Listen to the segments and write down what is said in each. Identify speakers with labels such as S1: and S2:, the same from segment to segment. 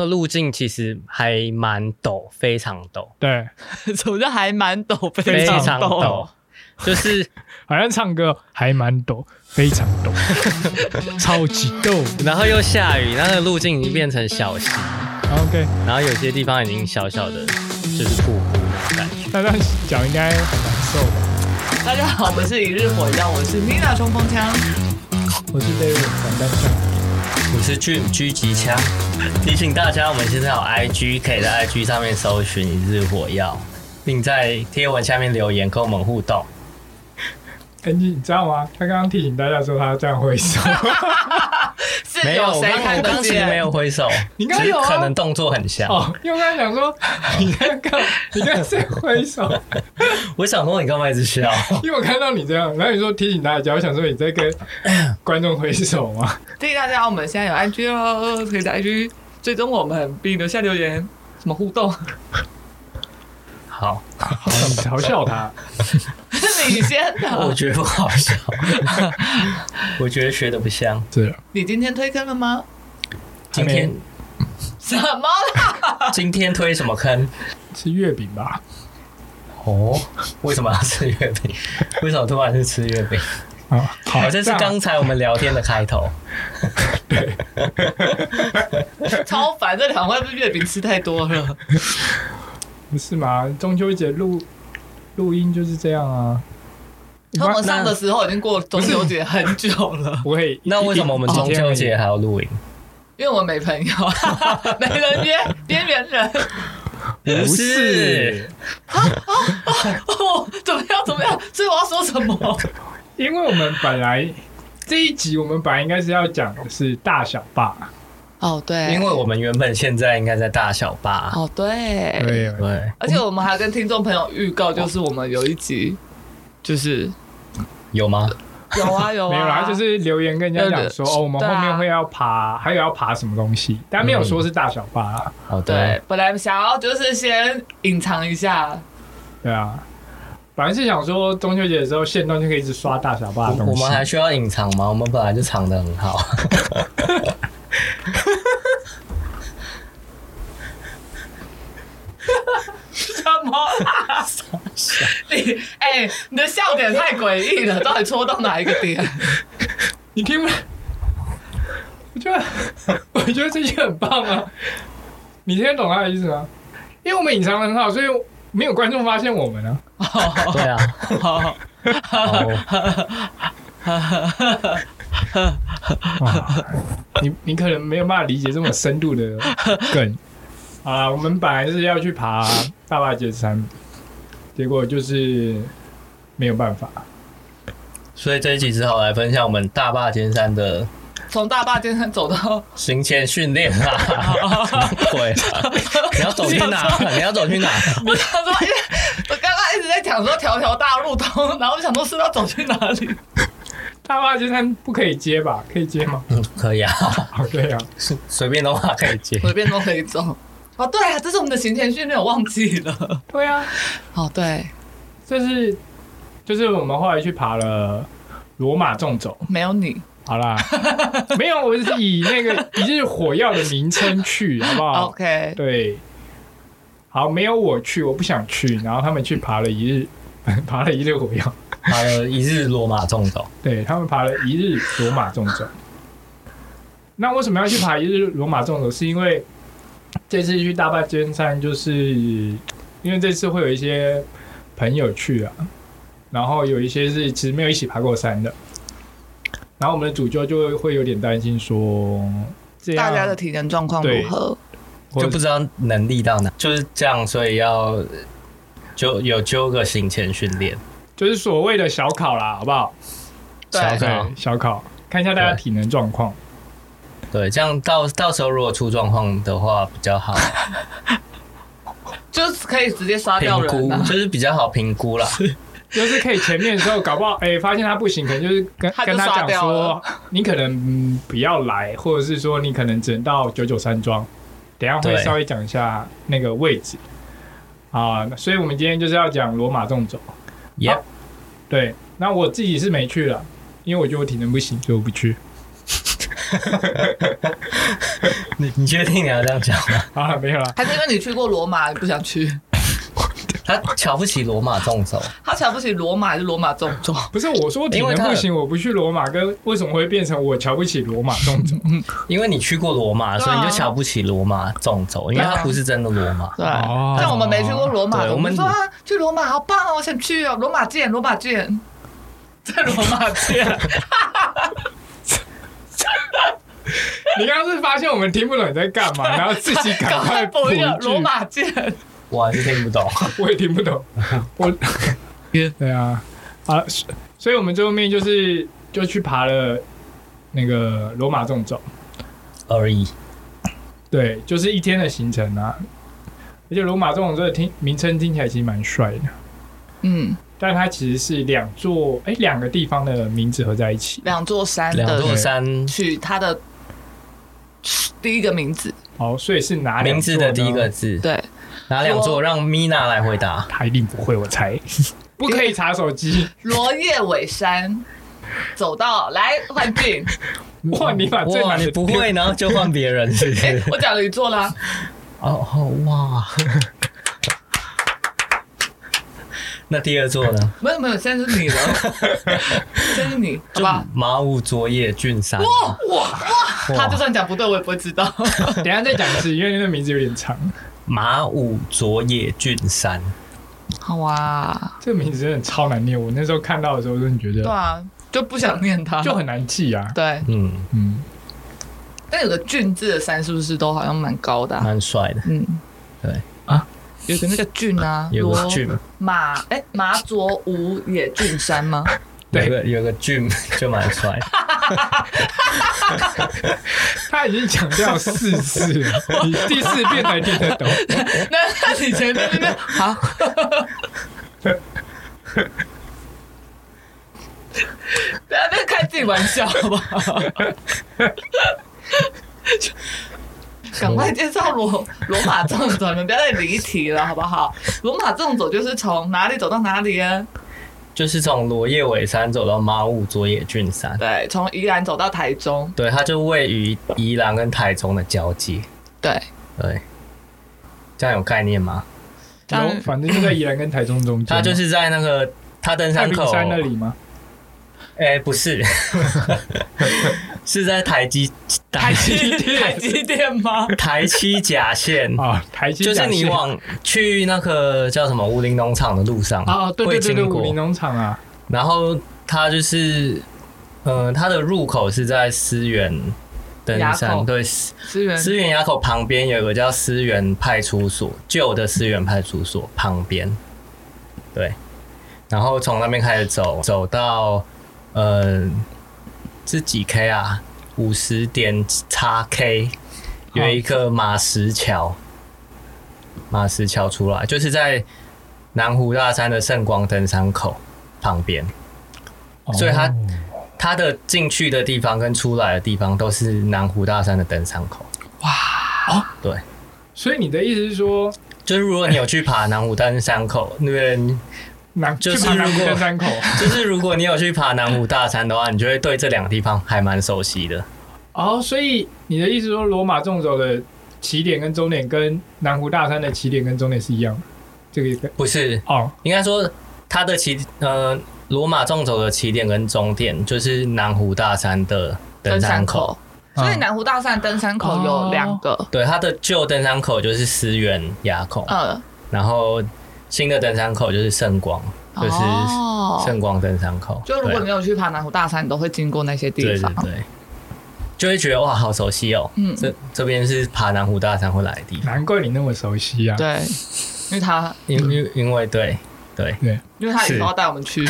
S1: 那路径其实还蛮陡，非常陡，
S2: 对，
S3: 什么叫还蛮陡，
S1: 非
S3: 常
S1: 常陡，就是
S2: 好像唱歌还蛮抖，非常抖，超级抖。
S1: 然后又下雨，那个路径已经变成小溪，
S2: OK，
S1: 然后有些地方已经小小的，就是瀑布那种感觉。
S2: 那这样讲应该很难受吧？
S3: 大家好，我们是一日火药，我是 Mina 冲锋枪。
S2: 我是被反弹上，
S1: 我是 Jim 狙击枪，提醒大家，我们现在有 IG，可以在 IG 上面搜寻一日火药，并在贴文下面留言跟我们互动。
S2: 根你知道吗？他刚刚提醒大家说他这样挥手，
S3: 是
S1: 没有，我
S3: 哎谁
S1: 刚
S3: 看
S1: 我
S3: 得
S1: 刚其实没
S3: 见？
S1: 有挥手，
S2: 你刚刚有啊
S1: 只是可能动作很像。
S2: 哦，因为我刚才想说，你看看，你看谁挥手？
S1: 我想说你干嘛一直笑？
S2: 因为我看到你这样，然后你说提醒大家，我想说你在跟观众挥手吗？
S3: 提醒大家，我们现在有 IG 哦，可以在 IG 追踪我们，并留下留言，什么互 动？
S1: 好，
S2: 好，你嘲笑他，
S3: 是你先啊
S1: 我
S3: 的。
S1: 觉得不好笑，我觉得学的不像。
S2: 是
S3: 你今天推坑了吗？
S1: 今天
S3: 什么啦？
S1: 今天推什么坑？
S2: 是月饼吧？
S1: 哦，为什么要吃月饼？为什么突然是吃月饼？
S2: 啊，
S1: 好，
S2: 好，
S1: 这是
S2: 样
S1: 刚才我们聊天的开 头。
S3: 超烦！这两位月饼吃太多了。
S2: 不是嘛？中秋节录录音就是这样啊，
S3: 可我们上的时候已经过中秋节很久 了，
S2: 不会。
S1: 那为什么我们中秋节还要录影？
S3: 因为我们没朋 友， 没人约，边缘人。
S1: 不是，
S3: 哦，怎么样？怎么样？所以我要说什么？
S2: 因为我们本来这一集我们本来应该是要讲的是大小霸，
S3: 哦，对，
S1: 因为我们原本现在应该在大小吧？
S3: 哦，对，
S2: 对，
S1: 对，
S3: 而且我们还跟听众朋友预告，就是我们有一集，就是
S1: 有吗？
S3: 有啊有啊，
S2: 没有啦，就是留言跟人家讲说
S3: 对
S2: 哦，我们
S3: 对
S2: 后
S3: 啊
S2: 面会要爬，还有要爬什么东西，但没有说是大小霸啦，
S1: 好
S3: 对
S1: 的，，
S3: 本来想要就是先隐藏一下，
S2: 对啊。本来是想说中秋节的时候，线段就可以一直刷大小霸
S1: 我
S2: 的东
S1: 我
S2: 西
S1: 们，还需要隐藏吗？我们本来就藏的很好。
S3: 什么 啦？你哎、你的笑点太诡异了，到底戳到哪一个点？
S2: 你听不？我觉得 我觉得这些很棒啊，你听得懂他的意思吗？因为我们隐藏的很好，所以没有观众发现我们啊。
S1: 对 啊，
S3: 好，
S1: 好
S2: 哇 你你可能没有办法理解这么深度 的梗啊。我们本来是要去爬大坝尖山，结果就是没有办法。
S1: 所以这一集只好来分享我们大坝尖山的
S3: 从大坝尖山走到
S1: 行前训练啦。 什么鬼啊！你要走去哪？你要走去哪？
S3: 我想说，因为我刚刚一直在讲说条条大路通，然后我想说是要走去哪里？
S2: 大坝尖山不可以接吧？可以接吗？
S1: 嗯，可以啊，
S2: 好，对啊，
S1: 随便的话可以接。
S3: 随便都可以走。哦，对啊，这是我们的行前训练，我忘记了。
S2: 对啊，
S3: 哦，对，
S2: 这是就是我们后来去爬了罗马纵走。
S3: 没有你。
S2: 好啦， 没有，我是以那个一日火药的名称去，好不好？
S3: OK，
S2: 对，好，没有我去，我不想去，然后他们去爬了一日， 爬了一日火药，
S1: 还有一日罗马纵走，
S2: 对他们爬了一日罗马纵走。那为什么要去爬一日罗马纵走？是因为这次去大坝尖山，就是因为这次会有一些朋友去啊，然后有一些是其实没有一起爬过山的，然后我们的主教就会有点担心说，这样
S3: 大家的体能状况
S2: 对
S3: 如何？
S2: 或
S1: 就不知道能力到哪，就是这样，所以要就有纠个行前训练。
S2: 就是所谓的小考啦，好不好？
S3: 对
S1: 小考，
S2: 对
S1: 小
S2: 小考，看一下大家
S1: 对
S2: 体能状况。
S1: 对，这样到到时候如果出状况的话比较 好
S3: 就是可以直接刷掉
S1: 评
S3: 人啊
S1: 估，。就是比较好评估啦。
S2: 就是可以前面的时候，搞不好哎、发现他不行，可能就是跟
S3: 他就
S2: 跟他
S3: 刷
S2: 讲
S3: 掉
S2: 说
S3: 了，
S2: 你可能、嗯不要来，或者是说你可能只能到九九山庄。等一下会
S1: 对
S2: 稍微讲一下那个位置啊、那所以我们今天就是要讲罗马纵走。
S1: 耶、
S2: 好对，那我自己是没去了，因为我觉得我体能不行，所以我不去。
S1: 你你确定你要这样讲吗？
S2: 啊，没有啦，
S3: 还是因为你去过罗马，你不想去？
S1: 他瞧不起罗马纵走，
S3: 他瞧不起罗马还是罗马纵走？
S2: 不是我说体能不行，我不去罗马，跟为什么会变成我瞧不起罗马动作？
S1: 因为你去过罗马，
S3: 对啊
S1: 所以你就瞧不起罗马纵走，因为
S3: 对啊
S1: 它不是真的罗马。
S3: 对
S2: 哦
S3: 但我们没去过罗马，
S1: 对
S3: 我
S1: 我们
S3: 们说啊，去罗马好棒哦，我想去哦，罗马见，罗 马见，在罗马见，
S2: 你刚刚是发现我们听不懂你在干嘛，然后自己赶 快补
S3: 补
S2: 一
S3: 一
S2: 句
S3: 个，啊罗马见。
S1: 我还是听不懂。
S2: 我也听 不懂，我 对啊啊，所所以我们最后面就是就去爬了那个罗马纵走，
S1: 而已。
S2: 对，就是一天的行程啊。而且罗马纵走这个听名称听起来其实蛮帅的，
S3: 嗯，
S2: 但它其实是两座哎两、个地方的名字合在一起
S3: 两座山
S1: 两
S3: 的
S1: 座山
S3: 取它的第一个名字，
S2: 哦，所以是哪两
S1: 名
S2: 座
S1: 字
S2: 呢
S1: 的第一个字，
S3: 对，
S1: 哪两座？让 Mina 来回答。
S2: 他一定不会，我 猜。不可以查手机，
S3: 罗叶尾山。走到来换 镜，
S2: 哇！你把
S1: 嗯
S2: 最
S1: 哇，
S2: 难
S1: 你
S2: 的
S1: 不会，然后就换别人，是不
S3: 哎、
S1: 是？
S3: 我讲了一座啦，
S1: 哦哦，哇！ 那第二座呢？
S3: 没有没有，现在是你了，现在是你，好
S1: 就嗯
S3: 吧？
S1: 马武佐野俊山。
S3: 哇哇哇！他就算讲不对，我也不会知道。
S2: 等一下再讲一次，因为那个名字有点长，
S1: 马武佐野俊山，
S3: 好哇，
S2: 这个名字真的超难念。我那时候看到的时候，真的觉
S3: 对
S2: 得
S3: 啊，就不想念他，
S2: 就很难记啊。
S3: 对。
S1: 嗯，
S2: 嗯，
S3: 但有个俊字的山是不是都好像蛮高的啊、
S1: 蛮帅的。
S3: 嗯，
S1: 对
S2: 啊，
S3: 有个那 个俊啊，
S1: 有个
S3: 罗
S1: 俊，
S3: 马哎、马佐吴野俊山吗？
S2: 对
S1: 有个有个俊 就蛮帅的。
S2: 他已经强调四次了，你第四遍才听得 懂。
S3: 那那你前面那边 好，不要再开自己玩笑好不好？赶快介绍罗罗马纵走，你们不要再离题了，好不好？罗马纵走就是从哪里走到哪里啊？
S1: 就是从罗叶尾山走到马武佐野俊山，
S3: 对，从宜兰走到台中，
S1: 对，它就位于宜兰跟台中的交界。
S3: 对，
S1: 对，这样有概念吗？
S3: 当然
S2: 有反正就在宜兰跟台中中间，
S1: 它就是在那个它登
S2: 太
S1: 山
S2: 平
S1: 口
S2: 山那里吗？
S1: 哎、不是， 是在台积台
S3: 台积电吗？
S1: 台七甲线，
S2: 啊，台积
S1: 嗯就是你往去那个叫什么武林农场的路上
S2: 啊，对对对对，
S1: 会经
S2: 武
S1: 过，
S2: 林农场啊，
S1: 然后它就是，呃，它的入口是在思源登
S3: 垭口
S1: 山，对，思
S3: 资源
S1: 思源垭口旁边有个叫思源派出所，旧的思源派出所旁边，对，然后从那边开始走，走到呃是几 K 啊？五十点叉 K 有一个马石桥，马石桥出来就是在南湖大山的圣光登山口旁边，所以它
S2: 哦
S1: 它的进去的地方跟出来的地方都是南湖大山的登山口。
S2: 所以你的意思是说，
S1: 就是如果你有去爬南湖登山口，那边
S2: 南
S1: 就是
S2: 去爬南湖
S1: 如果
S2: 登山口
S1: 就是如果你有去爬南湖大山的话，你就会对这两个地方还蛮熟悉的。
S2: 哦，所以你的意思说，罗马纵走的起点跟终点跟南湖大山的起点跟终点是一样的，这个意思
S1: 不是，
S2: 哦
S1: 应该说它的起呃罗马纵走的起点跟终点就是南湖大山的登山口。，
S2: 啊
S3: 所以南湖大山登山口有两个，
S1: 对，它的旧登山口就是思源垭口，
S3: 呃，
S1: 然后新的登山口就是圣光，就是
S3: 哦，
S1: 圣光登山口。
S3: 就如果
S1: 对
S3: 你有去爬南湖大山，你都会经过那些地
S1: 对对
S3: 方。
S1: 对，就会觉得哇，好熟悉哦。
S3: 嗯
S1: 这这边是爬南湖大山会来的地方。
S2: 难怪你那么熟悉啊。
S3: 对，因为他
S1: 因因因为对对，
S2: 对
S3: 因为他以
S1: 是
S3: 后要带我 们去，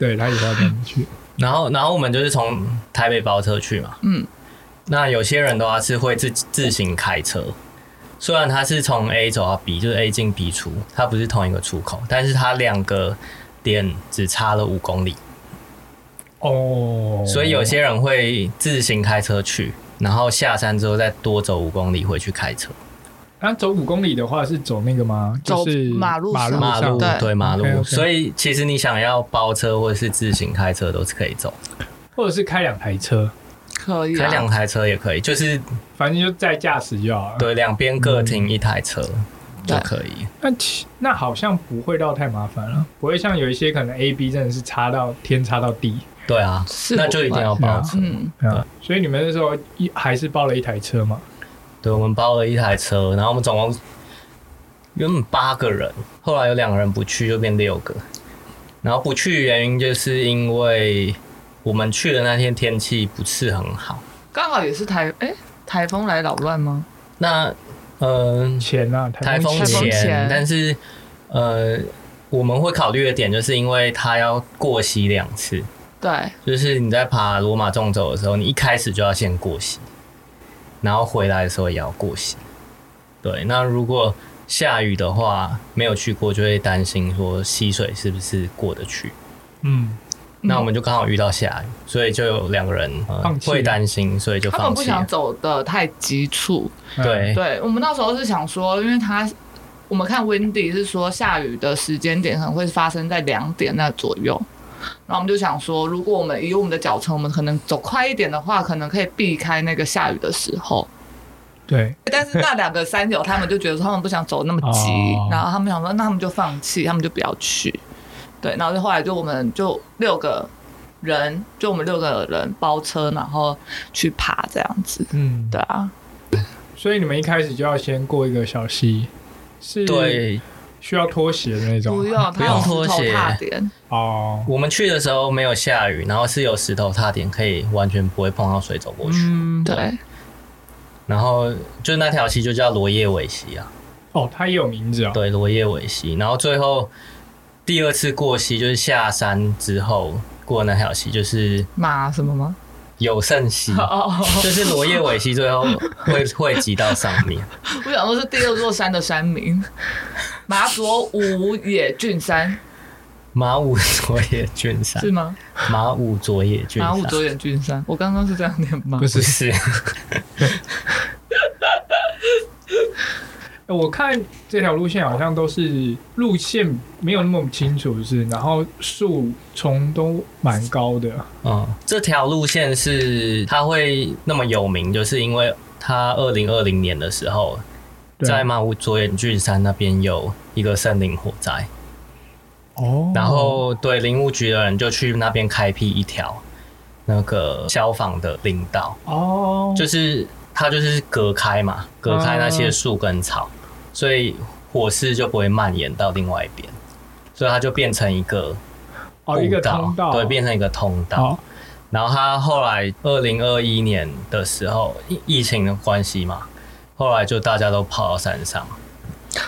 S2: 对，他也要带你去。
S1: 然后然后我们就是从台北包车去嘛，
S3: 嗯，
S1: 那有些人的话是会自自行开车，虽然他是从 A 走到 B，就是 A 进 B 出，它不是同一个出口，但是它两个点只差了五公里，
S2: 哦，
S1: 所以有些人会自行开车去，然后下山之后再多走五公里回去开车，
S2: 那走五公里的话是走那个吗？
S3: 走
S2: 就是
S3: 马路
S2: 马
S3: 上
S2: 路
S1: 马
S2: 上
S1: 路
S3: 对
S1: 对马路
S2: OK，OK
S1: 所以其实你想要包车或者是自行开车都是可以走，
S2: 或者是开两台车
S3: 可以
S1: 开
S3: 啊
S1: 两，台车也可以，就是
S2: 反正就在驾驶就好了。
S1: 对两边各停一台车
S2: 嗯
S1: 就
S3: 对
S1: 可以。
S2: 那其那好像不会到太麻烦了，不会像有一些可能 A B 真的是差到天差到地
S1: 对啊，
S3: 是
S1: 那就一定要包车。
S3: 嗯，
S2: 啊。所以你们那时候一还是包了一台车嘛？
S1: 对，我们包了一台车，然后我们总共原本八个人，后来有两个人不去，就变六个。然后不去原因就是因为我们去的那天天气不是很好。
S3: 刚好也是台哎台风来扰乱吗？
S1: 那嗯、
S2: 前啊，
S1: 台
S2: 风
S1: 风
S3: 台风
S1: 前，
S3: 前
S1: 但是呃，我们会考虑的点就是因为它要过膝两次，
S3: 对，
S1: 就是你在爬罗马纵走的时候，你一开始就要先过膝，然后回来的时候也要过膝。对，那如果下雨的话，没有去过就会担心说溪水是不是过得去。
S2: 嗯，
S1: 那我们就刚好遇到下雨，所以就有两个人、呃
S2: 放、弃
S1: 会担心，所以就
S3: 他们
S1: 放
S3: 不
S1: 弃了
S3: 想。走的太急促，
S2: 嗯，
S1: 对，
S3: 对我们那时候是想说，因为他我们看 Windy 是说下雨的时间点可能会发生在两点那左右，然后我们就想说，如果我们以我们的脚程，我们可能走快一点的话，可能可以避开那个下雨的时候。
S2: 对，
S3: 但是那两个山友他们就觉得说他们不想走那么急，
S2: 哦
S3: 然后他们想说那他们就放弃，他们就不要去。对，然后就后来就我们就六个人，就我们六个人包车，然后去爬这样子。
S2: 嗯，
S3: 对啊，
S2: 所以你们一开始就要先过一个小溪，是
S1: 对，
S2: 需要脱鞋的那种吗，
S3: 不用，
S1: 不用
S3: 他有石
S1: 拖
S3: 头
S1: 鞋
S3: 踏点。
S2: 哦，
S1: 我们去的时候没有下雨，然后是有石头踏点，可以完全不会碰到水走过去。
S2: 嗯，
S3: 对，
S1: 然后就那条溪就叫罗叶尾溪啊，
S2: 哦，它也有名字哦，
S1: 对，罗叶尾溪。然后最后第二次过溪就是下山之后过那条溪，就是
S3: 马什么吗？
S1: 有胜溪，
S3: 哦，
S1: 就是罗叶尾溪最后 会汇集到上面。
S3: 我想说是第二座山的山名，麻佐五野郡山
S1: 马武佐野郡山
S3: 是，吗？
S1: 马武佐野郡
S3: 麻
S1: 山，
S3: 武佐野郡山，我刚刚是这样念吗
S2: 不？是
S1: 不。是
S2: 呃我看这条路线好像都是路线没有那么清楚，是，然后树丛都蛮高的，
S1: 嗯，这条路线是它会那么有名，就是因为它二零二零年的时候，
S2: 对啊
S1: 在马武佐野郡山那边有一个森林火灾，
S2: 哦
S1: 然后对林务局的人就去那边开辟一条那个消防的林道，
S2: 哦，
S1: 就是它就是隔开嘛，隔开那些
S2: 啊
S1: 树跟草，所以火势就不会蔓延到另外一边，所以它就变成一个
S2: 哦一
S1: 步
S2: 个
S1: 道
S2: 通，道，
S1: 对，变成一个通道。
S2: 好，
S1: 然后他后来二零二一年的时候，疫疫情的关系嘛，后来就大家都跑到山上。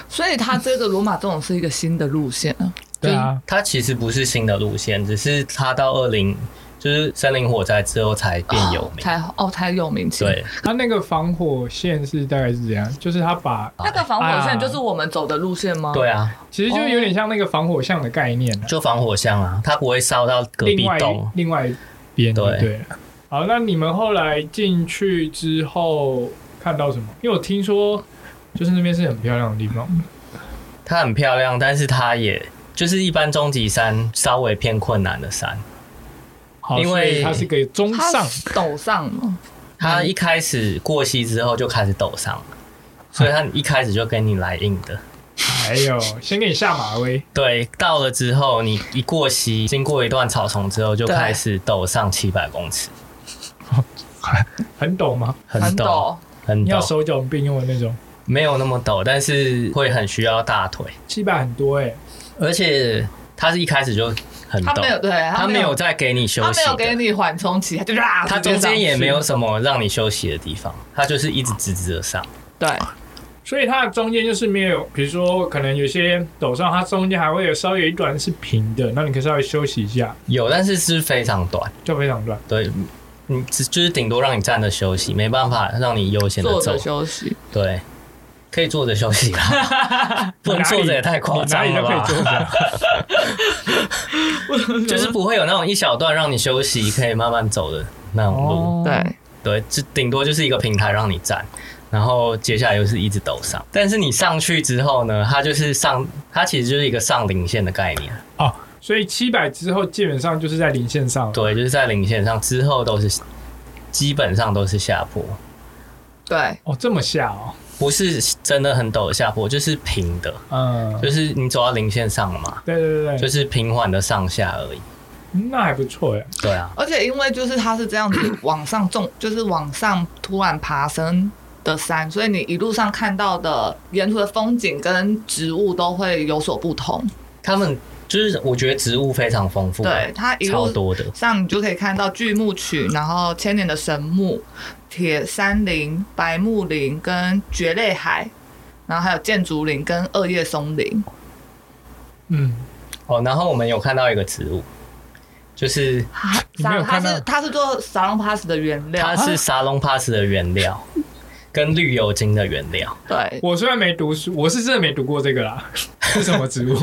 S3: 所以它这个罗马这种是一个新的路线啊。
S2: 对啊，
S1: 它其实不是新的路线，只是它到二零就是森林火灾之后才变有名。
S3: 才哦才有名气。，
S1: 对，
S2: 它那个防火线是大概是这样，就是它把
S3: 那个防火
S1: 哎
S3: 线就是我们走的路线吗？
S1: 对啊，
S2: 其实就有
S3: 哦
S2: 点像那个防火巷的概念啊
S1: 就防火巷啊，它不会烧到隔壁
S2: 另外
S1: 栋。
S2: 另外一边
S1: 对
S2: 对了。好，那你们后来进去之后看到什么？因为我听说就是那边是很漂亮的地方，
S1: 它很漂亮，但是它也就是一般终极山稍微偏困难的山。
S2: 好，
S1: 因为
S2: 所以它是个中
S3: 它
S2: 上，
S3: 是陡上嘛，
S1: 它一开始过溪之后就开始陡上了，所以它一开始就跟你来硬的。
S2: 还有先给你下马威，
S1: 对，到了之后，你一过溪，经过一段草丛之后，就
S3: 对
S1: 开始陡上七百公尺，
S2: 很陡吗？
S1: 很
S3: 很
S1: 陡，
S3: 陡，
S1: 很
S2: 你要
S1: 陡，
S2: 手脚并用的那种，
S1: 没有那么陡，但是会很需要大腿，
S2: 七百很多哎、欸，
S1: 而且它是一开始就很
S3: 它没有
S1: 陡，
S3: 对，
S1: 它
S3: 它
S1: 没有
S3: 有，
S1: 再给你休
S3: 它
S1: 息
S3: 没有给
S1: 的，
S3: 你缓冲期，它就啦，
S1: 它
S3: 直接
S1: 中间也
S3: 上去
S1: 没有什么让你休息的地方，它就是一直直直的上。
S3: 对
S2: 所以它的中间就是没有，比如说可能有些陡上，它中间还会有稍微有一段是平的，那你可以稍微休息一下，
S1: 有，但是是非常短，
S2: 就非常短。
S1: 对，你只就是顶多让你站着休息，没办法让你悠闲的
S3: 坐
S1: 走
S3: 着，休息。
S1: 对，可以坐着休息啦， 不能坐着也太夸张
S2: 你哪
S1: 了
S2: 里都可
S1: 吧
S2: 以？坐着。
S1: 就是不会有那种一小段让你休息可以慢慢走的那种路，啊
S2: 哦，
S3: 对，
S1: 对，这顶多就是一个平台让你站，然后接下来又是一直陡上。但是你上去之后呢，它就是上，它其实就是一个上零线的概念，
S2: 哦，所以七百之后基本上就是在零线上了。
S1: 对，就是在零线上之后都是基本上都是下坡，
S3: 对，
S2: 哦，这么下哦，
S1: 不是真的很陡的下坡，就是平的，
S2: 嗯，
S1: 就是你走到零线上了嘛，
S2: 对对对
S3: 嗯
S1: 就
S2: 对，
S1: 是平缓的上下而已。
S2: 那还不错哎，
S1: 对啊，
S3: 而且因为就是它是这样子 往上纵，就是往上突然爬升的山，所以你一路上看到的沿途的风景跟植物都会有所不同。
S1: 他们就是我觉得植物非常丰富，啊
S3: 对，，它一
S1: 超
S3: 路
S1: 多的。
S3: 上你就可以看到巨木曲，然后千年的神木、铁山林、白木林跟蕨类海，然后还有箭竹林跟二叶松林。
S2: 嗯，
S1: 哦，然后我们有看到一个植物，就是
S3: 啊
S2: 你没有
S3: 它它
S2: 看到
S3: 是它是做沙龙 pass 的原料
S1: 它，是沙龙 pass 的原料，跟绿油精的原料，
S3: 对，
S2: 我虽然没读书，我是真的没读过这个啦， 是什么植 物？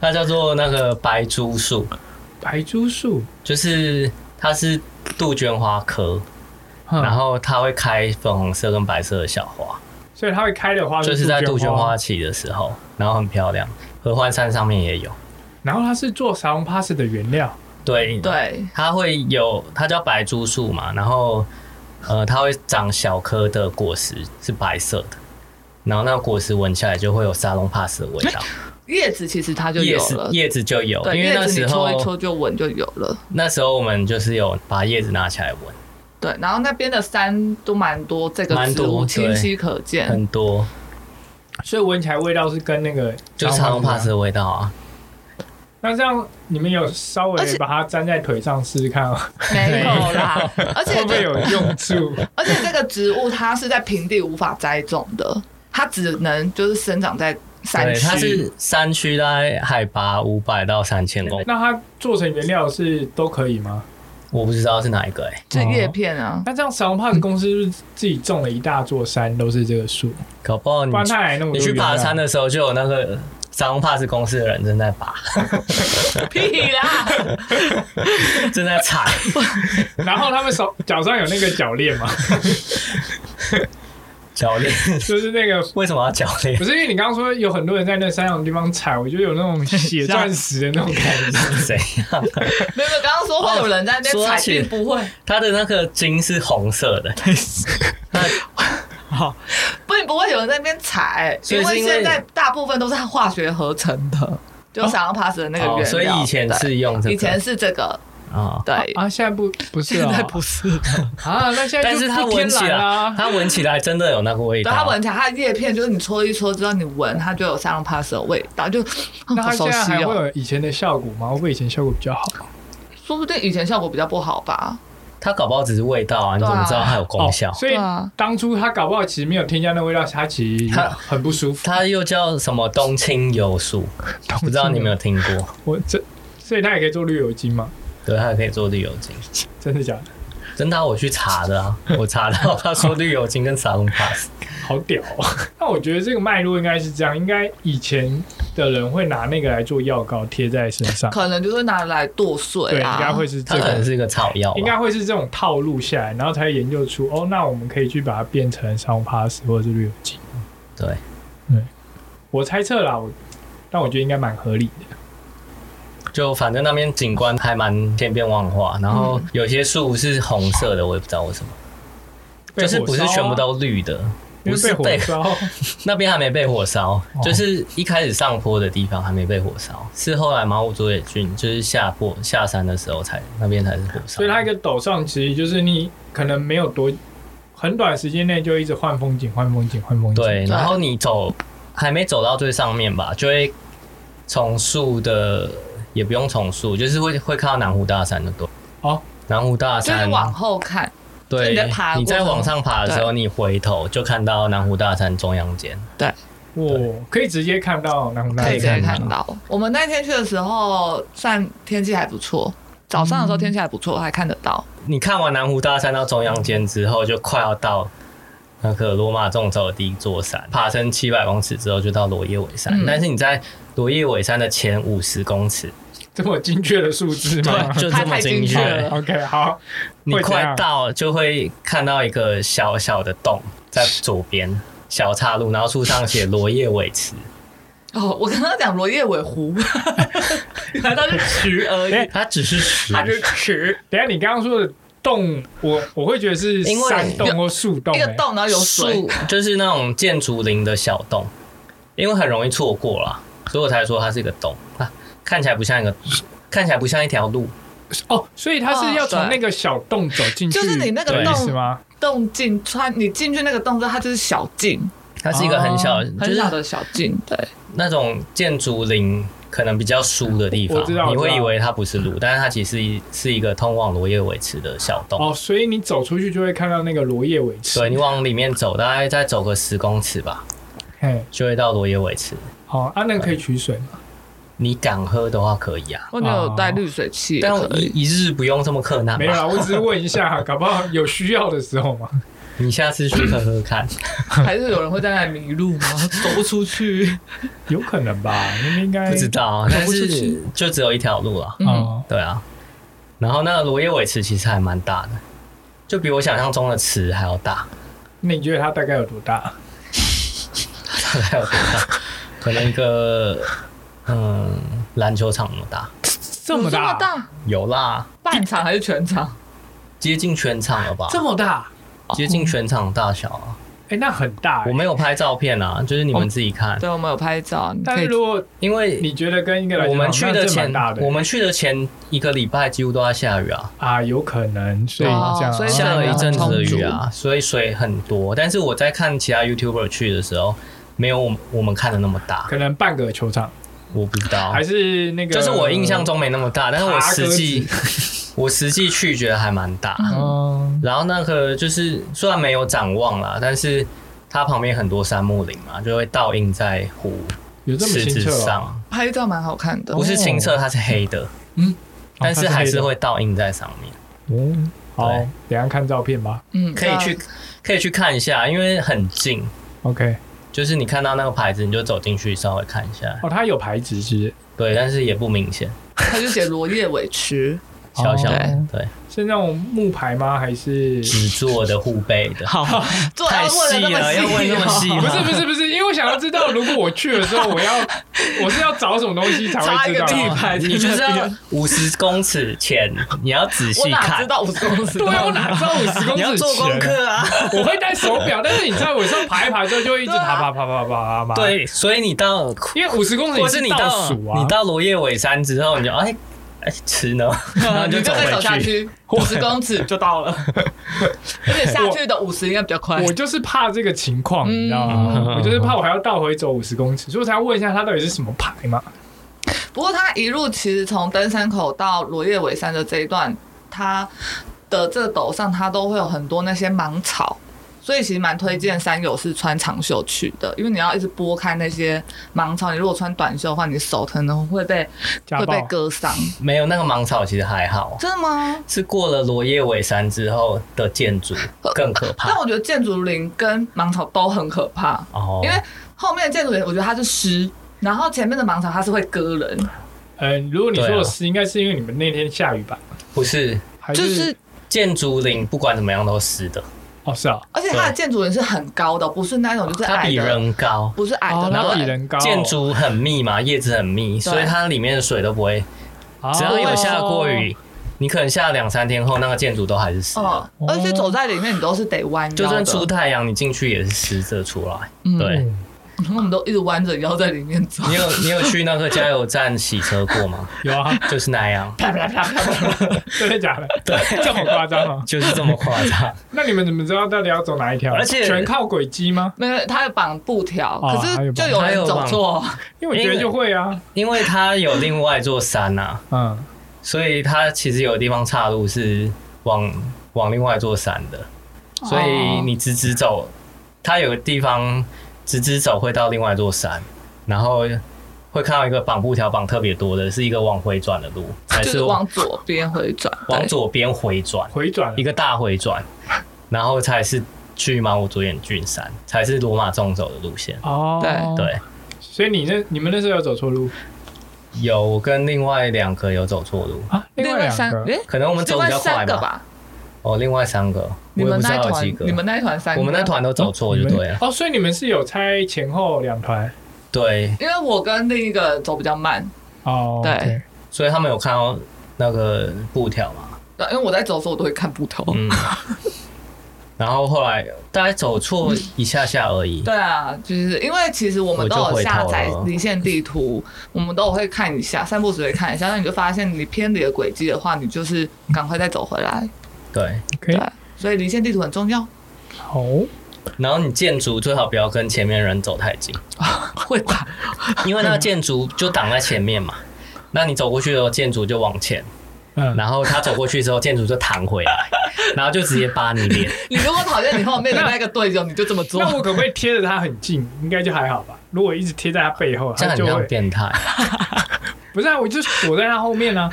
S1: 它叫做那个白珠树，
S2: 白珠树，
S1: 就是它是杜鹃花科，
S2: 嗯
S1: 然后它会开粉红色跟白色的小花，
S2: 所以它会开的
S3: 啊
S2: 花
S1: 就是是在杜鹃花
S2: 花，
S1: 期的时候，然后很漂亮。合欢山上面也有，
S2: 然后它是做沙龙 pass 的原料，
S1: 对，
S3: 对
S1: 它会有，它叫白珠树嘛，然后呃，它会长小颗的果实是白色的，然后那个果实闻起来就会有沙龙帕斯的味道，
S3: 叶子其实它就
S1: 叶
S3: 有
S1: 子
S3: 了。
S1: 叶子就有，
S3: 对，
S1: 因为
S3: 叶
S1: 那
S3: 子
S1: 时
S3: 你搓一
S1: 候
S3: 搓就闻就有了。
S1: 那时候我们就是有把叶子拿起来闻，
S3: 对，然后那边的山都蛮多这个
S1: 蛮
S3: 植
S1: 多
S3: 物，清
S1: 对
S3: 晰可见。
S1: 很多
S2: 所以闻起来味道是跟那个
S1: 就是沙龙帕斯。的味道啊，
S2: 那这样你们有稍
S3: 而
S2: 微
S3: 且
S2: 把它粘在腿上试试看哦，
S3: 没有啦，而 且
S2: 会不
S3: 这
S2: 会有用处？
S3: 而且这个植物它是在平地无法栽种的，它只能就是生长在山
S1: 对，
S3: 区。
S1: 它是哦山区，大概海拔五百到三千公，
S2: 那它做成原料是都可以吗？
S1: 我不知道是哪一个哎、
S3: 就叶片啊，
S2: 那这样 Sound Pass 公司是不是自己种了一大座山，都是这个树，
S1: 搞不好你
S2: 不然它哪来那么
S1: 嗯你
S2: 多
S1: 去
S2: 原料
S3: 啊
S1: 爬山啊的时候就有那个沙龙帕斯公司的人正在拔，
S3: 屁 啦！
S1: 正在采。
S2: 然后他们手脚上有那个脚链嘛，
S1: 教练
S2: 就是那个。
S1: 为什么要教练
S2: 不？是因为你刚刚说有很多人在那山上的地方踩，我觉得有那种血钻石的那种 感觉。
S1: 谁？
S3: 没有，没有，刚刚说会有人在那
S1: 哦
S3: 边
S1: 说
S3: 采，
S1: 起
S3: 并不会，
S1: 它的那个筋是红色 的，
S3: 并不会有人在那边采，
S1: 所
S3: 因
S1: 以是
S3: 为
S1: 因为
S3: 现在大部分都是化学合成的，就想要 pass 的那个原料。
S1: 哦，所以以前
S3: 对
S1: 是用这个，
S3: 以前是这个，
S1: 啊，
S3: 对，
S2: 啊，现在不不是
S3: 现
S2: 哦
S3: 在不是。
S2: 啊，那现在
S1: 但
S2: 就是
S1: 它
S2: 不啊天
S1: 闻起
S2: 然
S1: 来，
S2: 啦。
S1: 它闻起来真的有那个味
S3: 对，
S1: 道。
S3: 它闻起来，它的叶片就是你搓一搓，之后你闻，它就有沙龙 pass 的味道，就嗯
S2: 那
S3: 好
S2: 它现
S1: 啊
S3: 熟
S2: 在
S3: 悉
S2: 还会
S3: 哦。
S2: 有以前的效果吗？会不会以前效果比较好？
S3: 说不定以前效果比较不好吧？
S1: 它搞不好只是味道啊，你怎么知道它有功效
S2: 哦？所以
S3: 对啊
S2: 当初它搞不好其实没有添加那味道，它其实
S1: 它
S2: 很不舒服。
S1: 它又叫什么冬青油素？不知道你有没有听过？
S2: 我这，所以它也可以做绿油精吗？
S1: 对，它也可以做绿油精。
S2: 真的假的？
S1: 真的啊，我去查的啊，我查到他说绿油精跟沙龙 pass，
S2: 好屌、哦！那我觉得这个脉络应该是这样，应该以前的人会拿那个来做药膏贴在身上，
S3: 可能就是拿来剁碎
S2: 对，
S3: 啊，
S2: 应该会是
S1: 它
S2: 这
S1: 可能
S2: 个，
S1: 是一个草药
S2: 应
S1: 吧。
S2: 该会是这种套路下来，然后才会研究出哦，那我们可以去把它变成上帕斯或者是绿油精。
S1: 对，
S2: 我猜测啦，我但我觉得应该蛮合理的。
S1: 就反正那边景观还蛮千变万化，然后
S2: 嗯
S1: 有些树是红色的，我也不知道为什么，
S2: 被
S1: 就是
S2: 火
S1: 不是
S2: 烧啊
S1: 全部，都绿的，不
S2: 因为被
S1: 是
S2: 火
S1: 被
S2: 烧，哦
S1: 那边还没被火烧，就是一开始上坡的地方还没被火烧，是后来马武佐野郡就是下坡下山的时候才那边才是火烧
S2: 所以，它一个陡上其实就是你可能没有多很短时间内就一直换风景、换风景、换风景。
S1: 对，然后你走还没走到最上面吧，就会从树的也不用从树，就是会会看到南湖大山的多
S2: 哦，
S1: 南湖大
S3: 就是
S1: 山
S3: 往后看，
S1: 对，
S3: 你在爬的
S1: 你在
S3: 过程
S1: 往上爬的时候，你回头就看到南湖大山中央间，
S2: 哇，可以直接看到南湖大
S3: 可以
S1: 可
S3: 可
S1: 以
S3: 以
S1: 看
S3: 看到。我们那天去的时候，算天气还不错，早上的时候天气还不
S2: 嗯
S3: 错，还看得到。
S1: 你看完南湖大山到中央间之后，就快要到那个罗马纵走的第一座山，爬升七百公尺之后就到罗叶尾山。
S3: 嗯
S1: 但是你在罗叶尾山的前五十公尺，
S2: 这么精确的数字吗？
S1: 就这么精
S3: 太精确
S1: 确
S3: 了，
S2: OK，好，
S1: 你
S2: 会怎
S1: 快
S2: 样
S1: 到就会看到一个小小的洞在左边。小岔路，然后树上写罗叶尾池，
S3: 哦，我刚刚讲罗叶尾湖， 原来它是池而已，
S2: 哎
S1: 它只是池，
S3: 它是池。
S2: 等一下你刚刚说的洞，我我会觉得是
S1: 因为
S2: 山洞或树洞、
S3: 一个
S2: 欸，
S3: 洞，然后有水
S1: 树，就是那种建筑林的小洞，因为很容易错过啦，所以我才说它是一个洞啊，看起来不像一个，看起来不像一条路，
S2: 哦，所以它是要从
S3: 哦对
S2: 那个小洞走进去，
S3: 就是你那个
S2: 的
S3: 洞
S2: 意思吗？
S3: 洞进穿你进去那个洞之后，它就是小径，
S1: 它是一个很小，
S2: 哦
S1: 就
S3: 很
S1: 是
S3: 小的小径，对，
S1: 那种建筑林可能比较疏的地方
S2: 我知
S1: 你
S2: 道，我知
S1: 会
S2: 道
S1: 以为它不是路，但是它其实是一个通往罗叶尾池的小洞。
S2: 哦，所以你走出去就会看到那个罗叶尾池。
S1: 对你往里面走，大概再走个十公尺吧，
S2: 嘿，
S1: 就会到罗叶尾池。
S2: 好啊，那个可以取水吗？
S1: 你敢喝的话可以啊，
S3: 或者有带滤水器也
S1: 但我
S3: 可以。
S1: 一一日不用这么困难
S2: 没有啊
S1: 吧？
S2: 啦，我只是问一下，搞不好有需要的时候 嘛。
S1: 你下次去喝喝看。
S3: 还是有人会在那里迷路 吗？走不出去。
S2: 有可能吧，那边应该
S1: 不知道啊，
S3: 走
S1: 但
S3: 不出
S1: 是
S3: 去
S1: 就只有一条路了。
S3: 嗯，
S2: 哦
S1: 对啊，然后那个罗叶尾池其实还蛮大的，就比我想象中的池还要大，
S2: 那你觉得它大概有多大？
S1: 大概有多大？可能一个嗯篮球场那么大，
S2: 这么
S3: 有这
S2: 大？啊
S3: 么大，
S1: 有啦，
S3: 半场还是全场？
S1: 接近全场了吧？
S2: 么大？
S1: 接近全场大小啊！
S2: 哎、那很大、
S1: 我
S2: 们，
S1: 没有拍照片啊，就是你们
S3: 哦
S1: 自己看，
S3: 对，我们有拍照，你
S2: 但
S3: 可
S2: 是
S3: 以
S2: 如果
S1: 因为
S2: 你觉得跟一个篮球
S1: 我们
S2: 场
S1: 去
S2: 那
S1: 的
S2: 真蛮
S1: 前
S2: 大的欸
S1: 我们去的前一个礼拜几乎都在下雨啊。
S2: 啊，有可能，所以
S3: 哦
S2: 这样、
S3: 所以
S1: 下了一阵子的雨
S3: 很
S1: 啊，所以水很多。但是我在看其他 YouTuber 去的时候，没有我们我们看的那么大，
S2: 可能半个球场，
S1: 我不知道
S2: 还，是那
S1: 哦
S2: 个，
S1: 就是我印象中没那么大，但是我实际
S2: 爬
S1: 我实际去觉得还蛮大。
S2: 嗯，
S1: 然后那个就是虽然没有展望啦，但是它旁边很多杉木林嘛，就会倒映在湖
S2: 有这么
S1: 池
S2: 清
S1: 子
S2: 澈、哦，
S1: 上，
S3: 拍照蛮好看的
S1: 不。是清澈，它是黑的，但是还是
S2: 哦
S1: 会倒映在上面。
S2: 它黑的哦。好
S1: 对，
S2: 等一下看照片吧。
S3: 嗯，
S1: 可以去可以去看一下，因为很近。
S2: OK，
S1: 就是你看到那个牌子，你就走进去稍微看一下，
S2: 哦，它有牌子是不是
S1: 对，但是也不明显，
S3: 对 啊，他就写罗叶 尾池，
S1: 小小的，
S2: 哦
S1: 对，
S2: 是那种木牌吗？还是
S1: 纸做的护背的，
S3: 好，做
S1: 太
S3: 问
S1: 细
S3: 的那
S1: 了，要问那么
S3: 么
S1: 细
S3: 细哦，
S2: 不是
S1: 吗？
S2: 不是不是，因为我想要知道，如果我去了之后，我要 我是要找什么东西才
S3: 插
S2: 会
S3: 一
S2: 知道
S3: 个
S2: 啊
S3: 地
S2: 吗？
S3: 牌在那边，
S1: 你就是 要五十公尺前，你要仔
S3: 我
S1: 细
S3: 哪知
S1: 看，
S3: 道我是公司？
S2: 对啊，我哪知道五十公
S1: 你要
S2: 尺
S1: 做功
S2: 前
S1: 课啊。
S2: 我会戴手表，但是你知道，我上爬一爬之后就会一直爬爬爬爬爬爬爬。，
S1: 啊对，所以你到，
S2: 因为五十公尺
S1: 或是你
S2: 倒
S1: 到
S2: 数啊，
S1: 你到罗叶尾山之后，你就哎哎吃呢， 然后
S3: 你就
S1: 走
S3: 再走下
S1: 回去。
S3: 去五十公尺就到了， 而且下去的五十应该比较快
S2: 我。就是怕这个情况，你知道吗？
S1: 嗯
S2: 我就是怕我还要倒回走五十公尺，所以我才要问一下它到底是什么牌嘛？
S3: 不过它一路其实从登山口到罗叶尾山的这一段，它的这个陡上它都会有很多那些芒草。所以其实蛮推荐山友是穿长袖去的，因为你要一直拨开那些芒草。你如果穿短袖的话，你手可能会被
S2: 家
S3: 会被
S2: 暴。
S3: 割伤。
S1: 没有那个芒草，其实还好，
S3: 真的吗？
S1: 是过了罗叶尾山之后的建筑更可
S3: 但
S1: 怕
S3: 我觉得建筑林跟芒草都很可怕，
S1: 哦，
S3: 因为后面的建筑林我觉得它是湿，然后前面的芒草它是会割人，
S2: 呃，如果你说
S1: 对
S2: 的
S1: 啊
S2: 是，应该是因为你们那天下雨吧？
S1: 不是
S2: 还
S3: 就是
S1: 建筑林不管怎么样都是湿的，
S2: 哦，是啊，
S3: 而且它的
S1: 对
S3: 建筑林是很高的，不是那种就是
S1: 它
S3: 矮
S1: 比
S3: 的，
S1: 人高，
S3: 不是矮
S2: 哦
S3: 的，，
S2: 那
S3: 对
S2: 比人高，
S1: 建筑很密嘛，叶子很密，所以它里面的水都不会，
S2: 哦
S1: 只要有下过雨，你可能下两三天后，那个建筑都还是湿的。
S3: 嗯，而且走在里面你都是得弯腰的，
S1: 就算出太阳，你进去也是湿着出来。
S3: 嗯
S1: 对，
S3: 然后我们都一直弯着腰在里面走，
S1: 你有你有去那个加油站洗车过吗？
S2: 有啊，
S1: 就是那样，
S3: 啪啪啪啪啪，
S2: 真的假的？
S1: 对，
S2: 这么夸张啊？
S1: 就是这么夸张。
S2: 那你们怎么知道到底要走哪一条？
S1: 而且
S2: 全靠轨迹吗？
S3: 没有，它有绑布条，
S2: 哦
S3: 可
S2: 还有
S3: 是就
S2: 绑
S3: 有
S1: 还
S3: 人
S1: 有
S3: 走
S1: 绑
S3: 错，
S2: 因为我觉得就会啊，
S1: 因为它有另外一座山啊，
S2: 嗯，
S1: 所以它其实有地方岔路是往往另外一座山的，
S3: 哦
S1: 所以你直直走，它有个地方直直走会到另外一座山，然后会看到一个绑布条绑特别多的，是一个往回转的路，还
S3: 啊就是是
S1: 往
S3: 往左边回转，
S1: 往
S3: 对，
S1: 左边回转，
S2: 回转
S1: 一个大回转，然后才是去马武左眼郡山，才是罗马纵走的路线。
S2: 哦，
S3: 对
S1: 对，
S2: 所以你那你们那时候有走错路
S1: 有我跟另外两个有走错路，
S2: 啊？另外
S3: 三
S2: 两个，
S3: 诶，
S1: 可能我们
S3: 另
S1: 走比
S3: 外
S1: 较快
S3: 三个
S1: 吧。
S3: 吧，
S1: 哦，另外三个，
S3: 你
S1: 我也
S3: 们
S1: 不知
S3: 那一
S1: 道有
S3: 团
S1: 几，个
S3: 你。们那一团三个，
S1: 我们那团都走错就对了，
S2: 哦，所以你们是有拆前后两团
S1: 对，
S3: 因为我跟另一个走比较慢，
S2: 哦，
S3: 对
S2: OK
S1: 所以他们有看到那个布条嘛，
S3: 对因为我在走的时候我都会看步头。
S1: 嗯。然后后来大概走错一下下而已，
S3: 对啊，就是因为其实我们都
S1: 我就
S3: 有
S1: 回头
S3: 下载
S1: 了
S3: 离线地图，我们都有会看一下，散步时会看一下，那你就发现你偏离了轨迹的话，你就是赶快再走回来。
S1: 对。
S2: 可以
S3: 对，啊所以离线地图很重要，
S2: 好，
S1: 然后你建筑最好不要跟前面人走太近，
S3: 会吧？
S1: 因为那个建筑就挡在前面嘛。那你走过去的时候，建筑就往前，
S2: 嗯，
S1: 然后他走过去之后，建筑就弹回来，然后就直接扒你脸。
S3: 你如果讨厌你后面的那个队友，你就这么做。
S2: 那我可不可以贴着它很近？应该就还好吧。如果一直贴在它背后，
S1: 这
S2: 它
S1: 样很
S2: 就
S1: 像
S2: 会
S1: 变态。
S2: 不是啊，我就躲在它后面啊。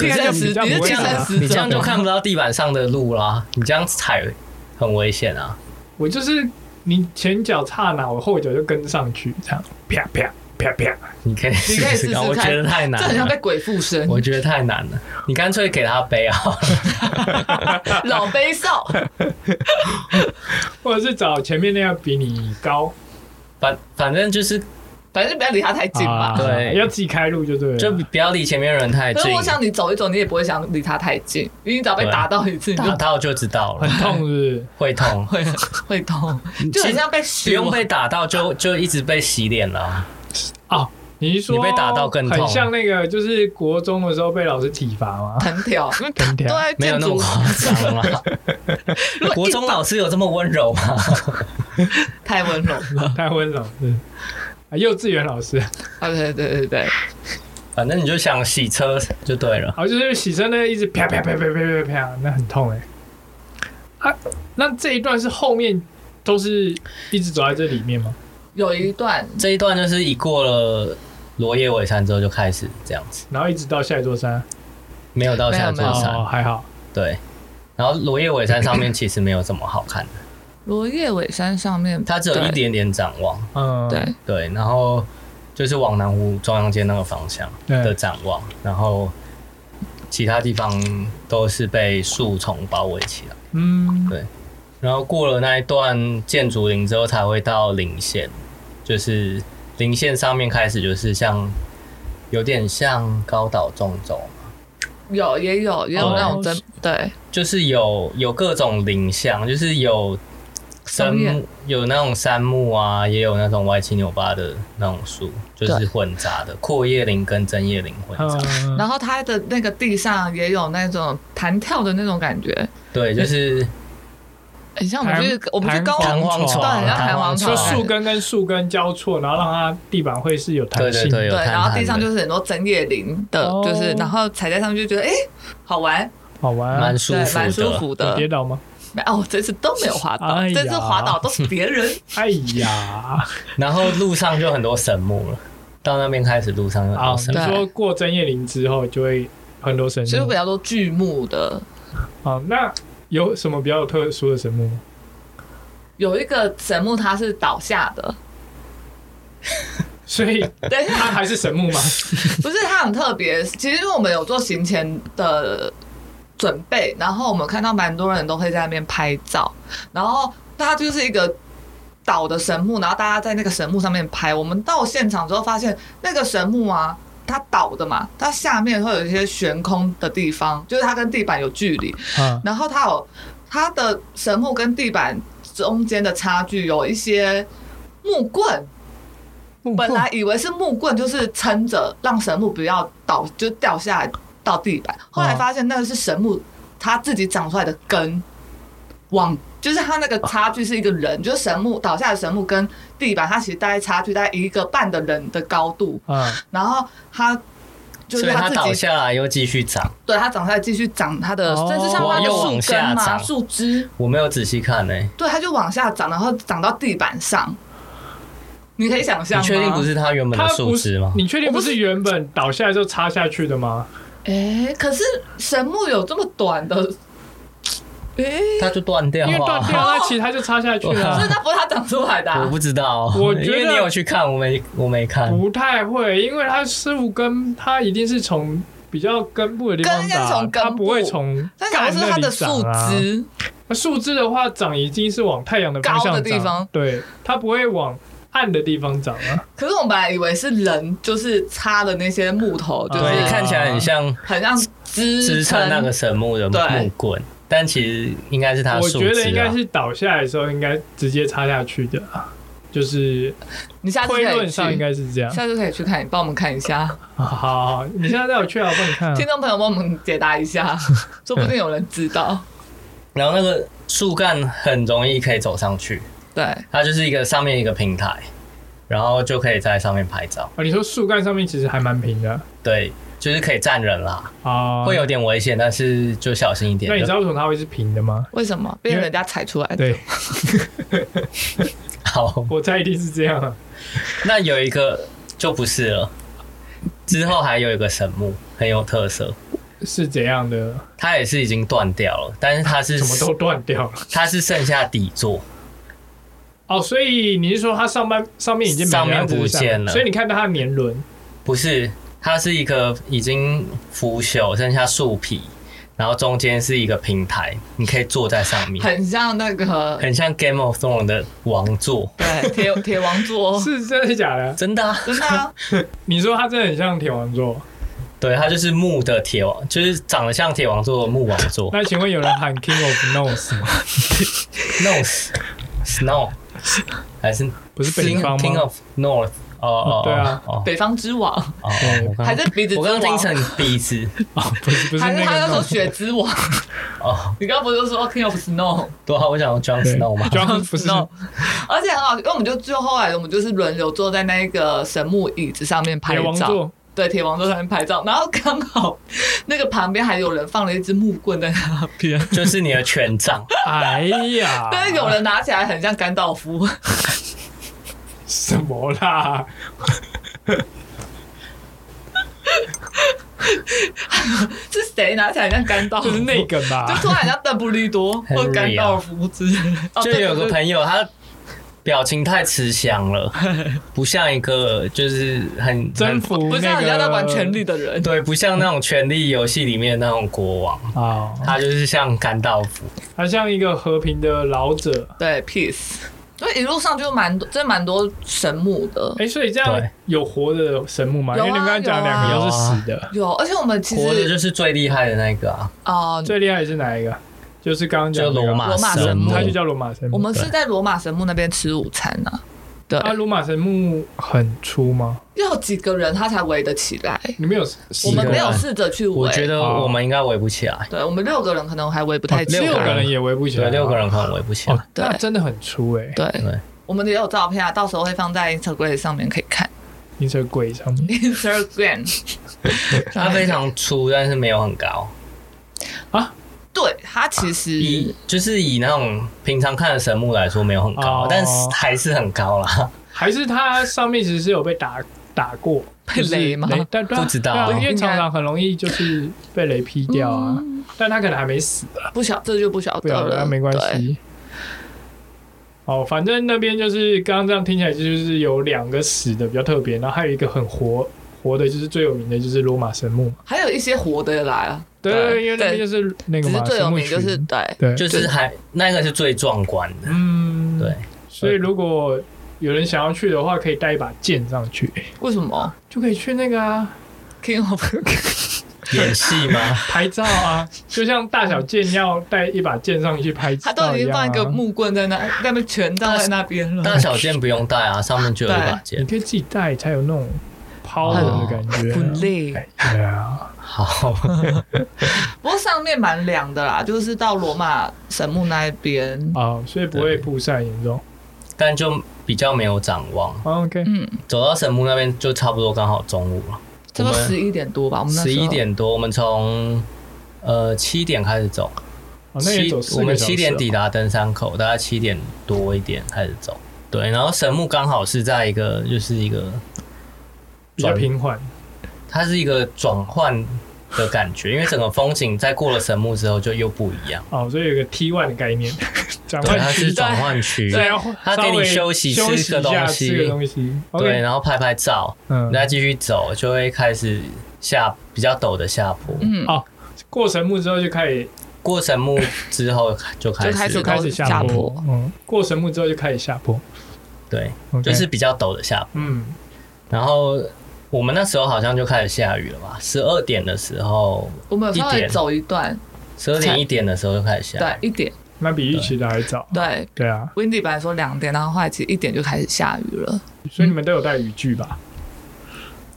S3: 你
S2: 这
S3: 是
S2: 样就比较
S3: 你是
S2: 不会
S3: 精
S2: 死
S3: 神
S2: 啊
S3: 死
S1: 你这
S3: 忠
S1: 样就
S3: 吗？
S1: 看不到地板上的路啦，你这样踩很危险啊。
S2: 我就是你前脚踏哪，我后脚就跟上去，这样啪啪啪啪。
S1: 你可以试
S3: 你可以试
S1: 试
S3: 试
S1: 看，
S3: 看
S1: 我觉得太
S3: 这很
S1: 难
S3: 像被
S1: 了。
S3: 鬼附身，
S1: 我觉得太难了，你干脆给他背啊！
S3: 老悲 少。
S2: 或者是找前面那样比你高，
S1: 反反正就是，
S3: 反正不要离他太近吧。
S2: 啊
S1: 对
S2: 要自己开路就对了。
S1: 就不要离前面人太
S3: 可
S1: 近
S3: 是，我想你走一走，你也不会想离他太近，因为你只要被
S1: 对啊
S3: 打到一次，你就
S1: 打到就知道
S2: 很
S1: 了，
S2: 痛，是不 是？
S1: 会 痛。
S3: 会会痛，就很像被
S1: 不
S3: 洗
S1: 用被打到就就一直被洗脸了啊。
S2: 哦，你是说
S1: 你被打到更痛啊
S2: 很像那个就是国中的时候被老师体罚 吗？
S3: 藤 条，因为
S2: 藤条
S3: 对
S1: 啊没有
S3: 建
S1: 那么
S3: 筑
S1: 夸张啦。
S3: 如果
S1: 国
S3: 一
S1: 中老师有这么温柔吗？
S3: 太温柔了。
S2: 太温柔是啊，幼稚园老师，
S3: 啊，对对对对，
S1: 反正你就想洗车就对了。
S2: 好，就是洗身那一直啪啪啪啪啪啪啪，那很痛哎、啊，那这一段是后面都是一直走在这里面吗？
S3: 有一段
S1: 这一段就是一过了罗叶尾山之后就开始这样子，
S2: 然后一直到下一座山？
S1: 没有到下座
S3: 没有
S1: 山
S2: 哦，。还好。
S1: 对，然后罗叶尾山上面其实没有什么好看的，
S3: 罗叶尾山上面，
S1: 它只有一点点展望。
S2: 嗯，
S3: 对，
S1: 对，然后就是往南湖中央街那个方向的
S2: 对，
S1: 展望，然后其他地方都是被树丛包围起来。
S2: 嗯，
S1: 然后过了那一段建筑林之后，才会到林线，就是林线上面开始就是像有点像高岛纵走，
S3: 有也有也有
S1: 哦
S3: 那种真对
S1: 就是有有各种林相，就是有
S3: 松叶
S1: 森有那种杉木啊，也有那种歪七扭八的那种树，就是
S3: 对
S1: 混杂的阔叶林跟针叶林混杂。
S2: 嗯，
S3: 然后它的那个地上也有那种弹跳的那种感觉，
S1: 对，就是
S3: 很像我们去
S2: 弹
S3: 我们去跟
S1: 弹
S2: 弹
S1: 簧
S2: 簧
S1: 床，
S2: 床
S3: 对很像弹簧
S2: 说
S3: 床
S2: 树根跟树根交错，然后让它地板会是有
S1: 对
S2: 弹
S1: 对
S2: 性。
S1: 对，有
S3: 对，
S1: 弹
S3: 然后地
S1: 弹
S3: 上
S1: 的
S3: 就是很多针叶林的
S2: 哦，
S3: 就是然后踩在上面就觉得哎好玩，
S2: 好玩啊。
S1: 蛮舒
S3: 对，
S1: 服
S3: 蛮
S1: 的，
S3: 舒服
S2: 有
S3: 的。
S2: 跌倒吗？
S3: 没哦，我这次都没有滑倒，
S2: 哎呀
S3: 这次滑倒都是 别人。
S2: 哎 呀，
S1: 然后路上就很多神木了，到那边开始路上有很
S2: 啊，
S1: 多
S2: 你
S1: 神木。
S3: 对
S2: 说过针叶林之后就会很多神
S3: 所以比
S2: 木。
S3: 较多剧目的，
S2: 啊，那有什么比较有特殊的神木吗？
S3: 有一个神木它是倒 下的，
S2: 所以
S3: 等一
S2: 它
S3: 下
S2: 还是 神木吗？
S3: 不是它很特别，其实因为我们有做行前的准备，然后我们看到蛮多人都会在那边拍照，然后它就是一个。倒的神木，然后大家在那个神木上面拍。我们到现场之后发现，那个神木啊，它倒的嘛，它下面会有一些悬空的地方，就是它跟地板有距离。
S2: 啊，
S3: 然后它有它的神木跟地板中间的差距有一些木棍，本来以为是木棍，就是撑着让神木不要倒，就掉下来到地板。后来发现那个是神木它自己长出来的根，往就是它那个差距是一个人，就是神木倒下的神木跟地板，它其实大概差距大概一个半的人的高度，
S2: 啊，
S3: 然后它。就
S1: 所以
S3: 是
S1: 它
S3: 它自
S1: 倒
S3: 己
S1: 下来又继续长，
S3: 对它长出来继续长它的，
S2: 哦
S3: 甚至像它
S1: 往
S3: 的
S1: 右
S3: 树
S1: 往下
S3: 根嘛、
S1: 长
S3: 树枝，
S1: 我没有仔细看欸呢、
S3: 对，它就往下长，然后长到地板上。你可以想象
S1: 你
S3: 吗？
S1: 确定不？是它原本的
S2: 它
S1: 树
S2: 不
S1: 枝
S2: 是
S1: 吗？
S2: 你确定不
S3: 我不
S2: 是原本倒下来之后插下去的吗？
S3: 哎、可是神木有这么短的，哎、
S1: 它就断掉
S2: 因为断
S1: 啊！
S2: 掉，
S3: 哦
S2: 那其实它就插下去了
S3: 所
S2: 啊
S3: 以。它不是它长出来的、
S1: 我
S3: 啊。
S1: 不知道，
S2: 我觉得
S1: 因为你有去看，我没我没看。
S2: 不太会，因为它师傅根，它一定是从比较根部的地方
S3: 根应该是
S2: 打，
S3: 从根
S2: 它不会
S3: 部
S2: 从
S3: 但假
S2: 干
S3: 如
S2: 那
S3: 是它
S2: 里
S3: 的
S2: 长
S3: 树
S2: 啊。
S3: 枝，
S2: 那树枝的话，长已经是往太阳的方向
S3: 高
S2: 长
S3: 的地方
S2: 对，它不会往暗的地方长啊。
S3: 可是我们本来以为是人，就是插的那些木头，就
S1: 对，
S3: 是
S2: 啊
S1: 看起来很像
S3: 很像支
S1: 支撑那个神木的
S3: 对
S1: 木棍，但其实应该是它的
S2: 我
S1: 树枝、啊。
S2: 觉得应该是倒下来的时候应该直接插下去的啊，就是
S3: 你下次可
S2: 推
S3: 以
S2: 论
S3: 去，
S2: 上应该是这样。
S3: 下次可以去看，帮我们看一下，
S2: 好好，好你现在带我去啊，我帮你看、啊。
S3: 听众朋友帮我们解答一下， 说不定有人知道。
S1: 然后那个树干很容易可以走上去，
S3: 对，
S1: 它就是一个上面一个平台，然后就可以在上面拍照。
S2: 哦，你说树干上面其实还蛮平的
S1: 对，就是可以站人啦，
S2: 啊，
S1: 会有点危险，但是就小心一点。
S2: 那你知道为什么它会是平的吗？
S3: 为什么被人家踩出来的？
S2: 对，
S1: 好，
S2: 我猜一定是这样啊。
S1: 那有一个就不是了。之后还有一个神木很有特色，
S2: 是怎样的？
S1: 它也是已经断掉了，但是它是
S2: 什么都断掉了
S1: 它是剩下底座，
S2: 哦，所以你是说它上半上面已经没
S1: 上面
S2: 梁子
S1: 不
S2: 上
S1: 见了
S2: 所以你看到它的年轮
S1: 不是，它是一个已经腐朽，剩下树皮，然后中间是一个平台，你可以坐在上面，
S3: 很像那个
S1: 很像 Game of Thrones 的王座，
S3: 对 铁铁王
S1: 哦
S3: 座，
S2: 是真的假的？
S1: 真的、啊，
S3: 真的啊
S2: 你说它真的很像铁王座？
S1: 哦对，它就是木的铁王，就是长得像铁王座的木王 座
S2: 那请问有人喊 King of Nose 吗？
S1: ，Nose Snow 还是
S2: 不是北方
S1: King
S2: 吗？
S1: of North？哦哦，哦
S2: 对啊，
S1: 哦
S3: 北方之王，
S1: 哦，
S2: 对
S1: 我刚
S3: 还是鼻子之
S1: 我刚刚听
S3: 王，
S1: 成鼻子，
S2: 哦不是不是
S3: 还是
S2: 那
S3: 他要
S2: 个
S3: 说
S2: Nose。
S3: 雪 之王？
S1: 哦，
S3: 你刚刚不是说 King of Snow？
S1: 对啊，我想要 John
S2: 对
S1: Snow 嘛，
S2: 装不是
S3: No 而且很好，因为我们就最后来，我们就是轮流坐在那个神木椅子上面拍
S2: 铁王
S3: 照，
S2: 座，
S3: 对，铁王座上面拍照，然后刚好那个旁边还有人放了一支木棍在
S2: 啊
S3: 那边，
S1: 就是你的权杖，
S2: 哎 呀，
S3: 但是有人拿起来很像甘道夫，
S2: 什么啦？
S3: 是谁拿起来很像甘道夫？
S2: 就是那个吧
S3: 就？突然像邓布利多
S1: Henry 啊
S3: 或甘道夫之类的，哦
S1: 就
S3: 对
S1: 有个
S3: 对
S1: 朋友他表情太慈祥 了，不像一个就是很
S2: 征
S1: 很
S2: 服
S3: 不啊像
S2: 那
S3: 人
S2: 个
S3: 家在玩权力的人，
S1: 对，不像那种权力游戏里面那种国王，
S2: 啊，
S1: 他就是像甘道夫。
S2: 它像一个和平的老者。
S3: 对 peace。所以一路上就蛮多，真的蛮多神木的，
S2: 哎，所以这样
S1: 对
S2: 有活的神木吗？因
S3: 有啊
S2: 为你们刚刚讲两个
S1: 有啊
S2: 都是死的，
S3: 有，而且我们其
S1: 活的
S3: 实
S1: 就是最厉害的那个啊，
S3: 哦，
S2: 最厉害的是哪一个？就是刚刚讲
S1: 就
S2: 的那个
S1: 罗马
S3: 罗马
S1: 神
S3: 神木
S1: 木
S2: 它。就叫罗马神木。
S3: 我们是
S1: 对
S3: 在罗马神木那边吃午餐啊。对，
S2: 啊，罗马神木很粗吗？
S3: 要几个人他才围得起来？
S2: 你们有
S3: 我
S1: 几个
S3: 们
S1: 人
S3: 没有试着去围，
S1: 我觉得
S3: 啊
S2: 哦
S1: 我们应该围不起来，
S3: 对我们六个人可能还围不太起来。
S1: 六
S2: 六个人也围不起来
S1: 对，
S2: 啊，
S1: 六个人可能围不起
S2: 哦
S1: 来。，
S3: 对
S2: 那真的很粗哎，
S3: 对，
S1: 对，
S3: 我们也有照片啊，到时候会放在 Instagram 上面可以看。
S2: 你这鬼上面
S3: Instagram，
S1: 它非常粗，但是没有很高。
S3: 对它其实
S1: 以就是以那种平常看的神木来说，没有很高
S2: 哦，
S1: 但是还是很高啦。
S2: 还是它上面其实是有被打打过，
S3: 被雷吗？
S2: 就是但
S1: 不知道啊
S2: 对啊因为常常很容易就是被雷劈掉啊。
S3: 嗯
S2: 但他可能还没死啊，
S3: 不晓，这就不晓
S2: 不
S3: 得
S2: 要那
S3: 了，
S2: 没关
S3: 对。
S2: 系。哦，反正那边就是刚刚这样听起来，就是有两个死的比较特别，然后还有一个很活活的，就是最有名的就是罗马神木嘛。
S3: 还有一些活的来啊，
S2: 对，
S3: 对
S2: 因为那边
S3: 对
S2: 就是那个
S3: 只是
S2: 嘛，
S3: 最有
S2: 神木
S3: 名就是
S2: 群
S3: 对，
S2: 对，
S1: 就是还那个是最壮观的，
S2: 嗯，
S1: 对。，
S2: 所以如果有人想要去的话，可以带一把剑上去，
S3: 为什么
S2: 就可以去那个啊
S3: King of
S1: 演戏 吗？
S2: 拍照啊，就像大小剑要带一把剑上去拍照
S3: 他都已经
S2: 样
S3: 放一个
S2: 啊
S3: 木棍在那，那边全罩在那边了。
S1: 大小剑不用带啊，上面就有一把
S2: 你
S1: 剑。
S2: 可以自己带，才有那种 power 的感
S1: 啊
S2: 觉、啊
S3: 不累，
S2: 对啊，
S1: 好，
S3: 不过上面蛮凉的啦，就是到罗马神木那一边，
S1: 哦
S2: 啊，所以不会曝晒严重。
S1: 但就比较没有展望。
S2: 啊 OK，
S3: 嗯，
S1: 走到神木那边就差不多刚好中午了，
S3: 差不多
S1: 我们
S3: 十一点多吧，我们那时
S1: 十
S3: 候
S1: 一点多，我们从呃七点开始走，
S2: 哦，那也
S1: 七
S2: 走四
S1: 我
S2: 个
S1: 们
S2: 小时、
S1: 七点抵，达登山口，大概七点多一点开始走。对，然后神木刚好是在一个就是一个
S2: 比较平缓。
S1: 它是一个转换的感觉，因为整个风景在过了神木之后就又不一样。
S2: 哦，所以有个 T one 的概念， 转
S1: 对，
S2: 换
S1: 它是
S2: 区。
S1: 转换区，
S2: 对，
S1: 它给你休息
S2: 稍微休息
S1: 吃个
S2: 一下
S1: 东西
S2: 吃个东西。
S1: 对，
S2: OK，
S1: 然后拍拍照，
S2: 嗯
S1: 你，再继续走，就会开始下比较陡的下坡。
S3: 嗯
S2: 哦，过神木之后就开始
S1: 过神木之后就开
S3: 就开
S1: 始
S3: 始
S2: 就开始下
S3: 下
S2: 坡
S3: 坡，
S2: 嗯，过神木之后就开始下坡
S1: 对，
S2: ，OK，
S1: 就是比较陡的下坡。
S2: 嗯，
S1: 然后我们那时候好像就开始下雨了吧？十二点的时候，
S3: 我们有稍
S1: 一
S3: 微
S1: 点
S3: 走一段，
S1: 十二点一点的哦时候就开始下雨。
S3: 对，一点，
S2: 那比预期的还早。
S3: 对。
S2: 对啊，
S3: Windy 本来说两点，然后后来其实一点就开始下雨了。
S2: 所以你们都有带雨具吧？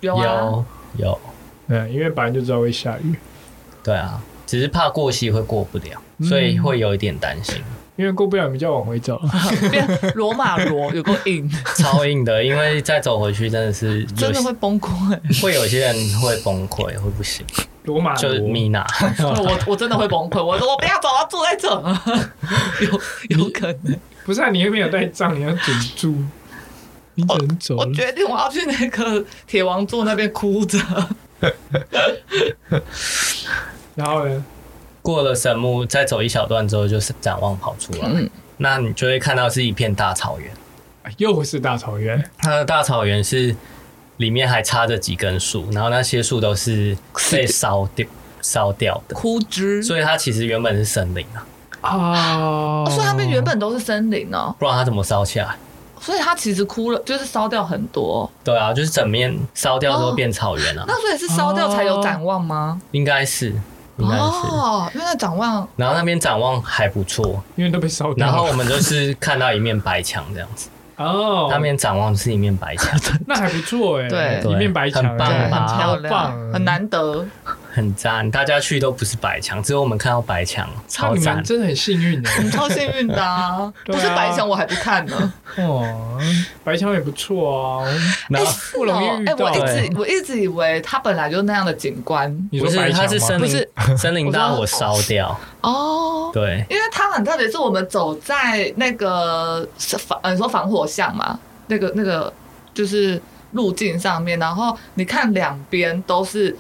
S3: 有啊，
S1: 有有，
S2: 嗯，因为本来就知道会下雨，
S1: 对啊，只是怕过期会过不了，
S3: 嗯
S1: 所以会有一点担 心。
S2: 因为过不了你们就要往 回走。
S3: 啊变罗马罗有够硬，
S1: 超硬的，因为再走回去真的是 有
S3: 真的会 崩溃。
S1: 会有些人会崩溃，会不行，
S2: 罗马
S1: 就是
S2: 罗
S1: 米 娜。
S3: 我我真的会崩溃，我说我不要走，我要住在这。 有有可能，
S2: 不是啊，你又没有带杖，你要怎么住？ 你只能走
S3: 我
S2: 了。
S3: 决定我要去那个铁王座那边哭 着。
S2: 然后呢？
S1: 过了神木，再走一小段之后就是展望跑出来，
S3: 嗯
S1: 那你就会看到是一片大草原。
S2: 哎又是大草原，
S1: 它的大草原是里面还插着几根树，然后那些树都是被烧掉、烧掉的，
S3: 枯枝，
S1: 所以它其实原本是森林啊，
S2: 哦
S3: 哦所以他们原本都是森林哦，
S1: 不然它怎么烧起来？
S3: 所以它其实枯了，就是烧掉很多。
S1: 对啊，就是整面烧掉之后变草原啊，
S3: 那所以是烧掉才有展望吗？
S1: 应该是，应该是。
S3: 哦，因为那展望
S1: 然后那边展望还不错，
S2: 因为都被烧掉
S1: 然
S2: 了。
S1: 后我们就是看到一面白墙这样子，
S2: 哦，
S1: 那边展望是一面白 墙，
S2: 那还不错哎，
S3: 对
S2: 一面白墙，
S1: 很棒
S3: 对很
S1: 吧
S3: 漂
S2: 好
S3: 亮，
S2: 棒
S3: 很难 得。
S1: 很赞。大家去都不是白墙，只有我们看到白墙，
S2: 那
S1: 超
S2: 你
S1: 赞
S2: 们。真的很幸运
S3: 我
S2: 哎。
S3: 们超幸运的啊！
S2: 对
S3: 不
S2: 啊
S3: 是白墙我还不看呢。
S2: 哦，白墙也不错啊。
S1: 然
S3: 哎，
S1: 后
S3: 是
S2: 不容易
S3: 哦
S2: 遇
S3: 哎，
S2: 到
S3: 我一
S1: 对
S3: 直我一直以为它本来就那样的景观
S2: 你
S1: 不
S2: 说
S1: 是
S2: 白，墙
S1: 它
S2: 吗？
S1: 是森
S3: 不
S1: 林
S3: 是，
S1: 森林大火烧掉，
S3: 哦。
S1: 对。
S3: 因为它很特别，是我们走在那个是防，呃，你说防火巷嘛，那个那个就是路径上面，然后你看两边都是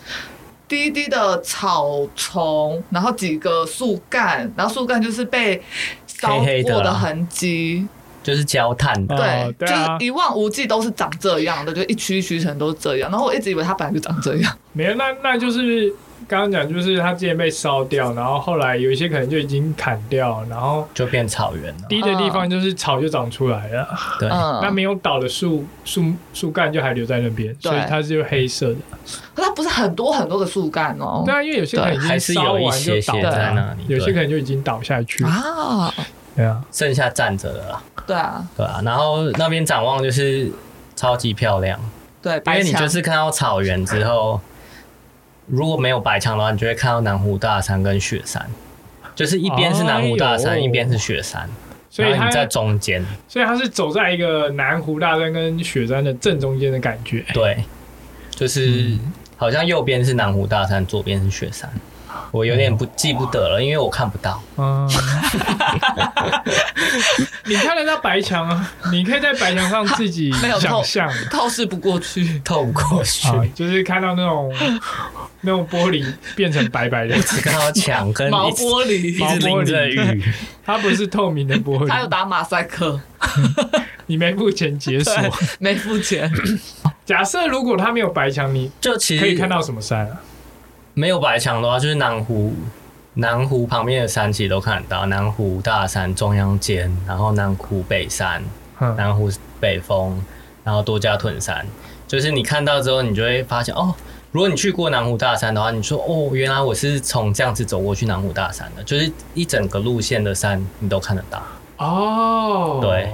S3: 低低的草丛，然后几个树干，然后树干就是被烧
S1: 黑黑的
S3: 过的
S1: 啦
S3: 痕迹，
S1: 就是焦炭的，
S2: 哦
S3: 对，
S2: 对啊
S3: 就是一望无际都是长这样的，就一区一区层都是这样。然后我一直以为它本来就长这样，
S2: 没有，那那就是刚刚讲，就是它之前被烧掉，然后后来有一些可能就已经砍掉，然后
S1: 就变草原了。
S2: 低的地方就是草就长出来了，
S1: 对，
S2: 那
S3: 嗯，
S2: 没有倒的树树树干就还留在那边，
S3: 对
S2: 所以它是黑色的。
S3: 可它不是很多很多个树干哦
S2: 对，啊，因为有些可能已
S1: 对还
S2: 经
S1: 是
S2: 烧
S1: 有一
S2: 完就
S1: 些
S2: 倒
S1: 些
S2: 了
S1: 在
S2: 啊
S1: 那里，
S2: 有些
S1: 对
S2: 可能就已经倒下去。
S3: 啊，
S2: 对啊，
S1: 剩下站着的啦，
S3: 对啊，
S1: 对啊。然后那边展望就是超级漂亮，
S3: 对，
S1: 因
S3: 白
S1: 为你
S3: 墙
S1: 就是看到草原之后，如果没有白墙的话，你就会看到南湖大山跟雪山，就是一边是南湖大山，
S2: 哎呦
S1: 一边是雪山，
S2: 所以
S1: 然后
S2: 它
S1: 你在中间，
S2: 所以它是走在一个南湖大山跟雪山的正中间的感觉。
S1: 对，就是
S2: 哎嗯
S1: 好像右边是南湖大山，左边是雪山。我有点不记不得了，因为我看不到。
S2: 嗯， 你看得到白墙啊？你可以在白墙上 自己
S3: 没有
S2: 想
S3: 透
S2: 象
S1: 啊
S3: 透视不过去。
S1: 透不过去，
S2: 啊，就是看到那种那种玻璃变成 白白的，
S1: 只看到墙 跟
S3: 毛
S1: 一直
S3: 玻璃，
S1: 一直淋着雨。
S2: 它不是透明的玻
S3: 他有
S2: 璃。
S3: 打马 赛克，
S2: 你没付钱解锁。
S3: 没付钱。
S2: 假设如果它没有白墙，你
S1: 就其实
S2: 可以看到什么山啊？
S1: 没有白墙的话，就是南湖，南湖旁边的山其实都看得到，南湖大山、中央尖，然后南湖北山、
S2: 嗯，
S1: 南湖北峰，然后多加屯山，就是你看到之后，你就会发现哦。如果你去过南湖大山的话，你说哦，原来我是从这样子走过去南湖大山的，就是一整个路线的山你都看得到。
S2: 哦，
S1: 对，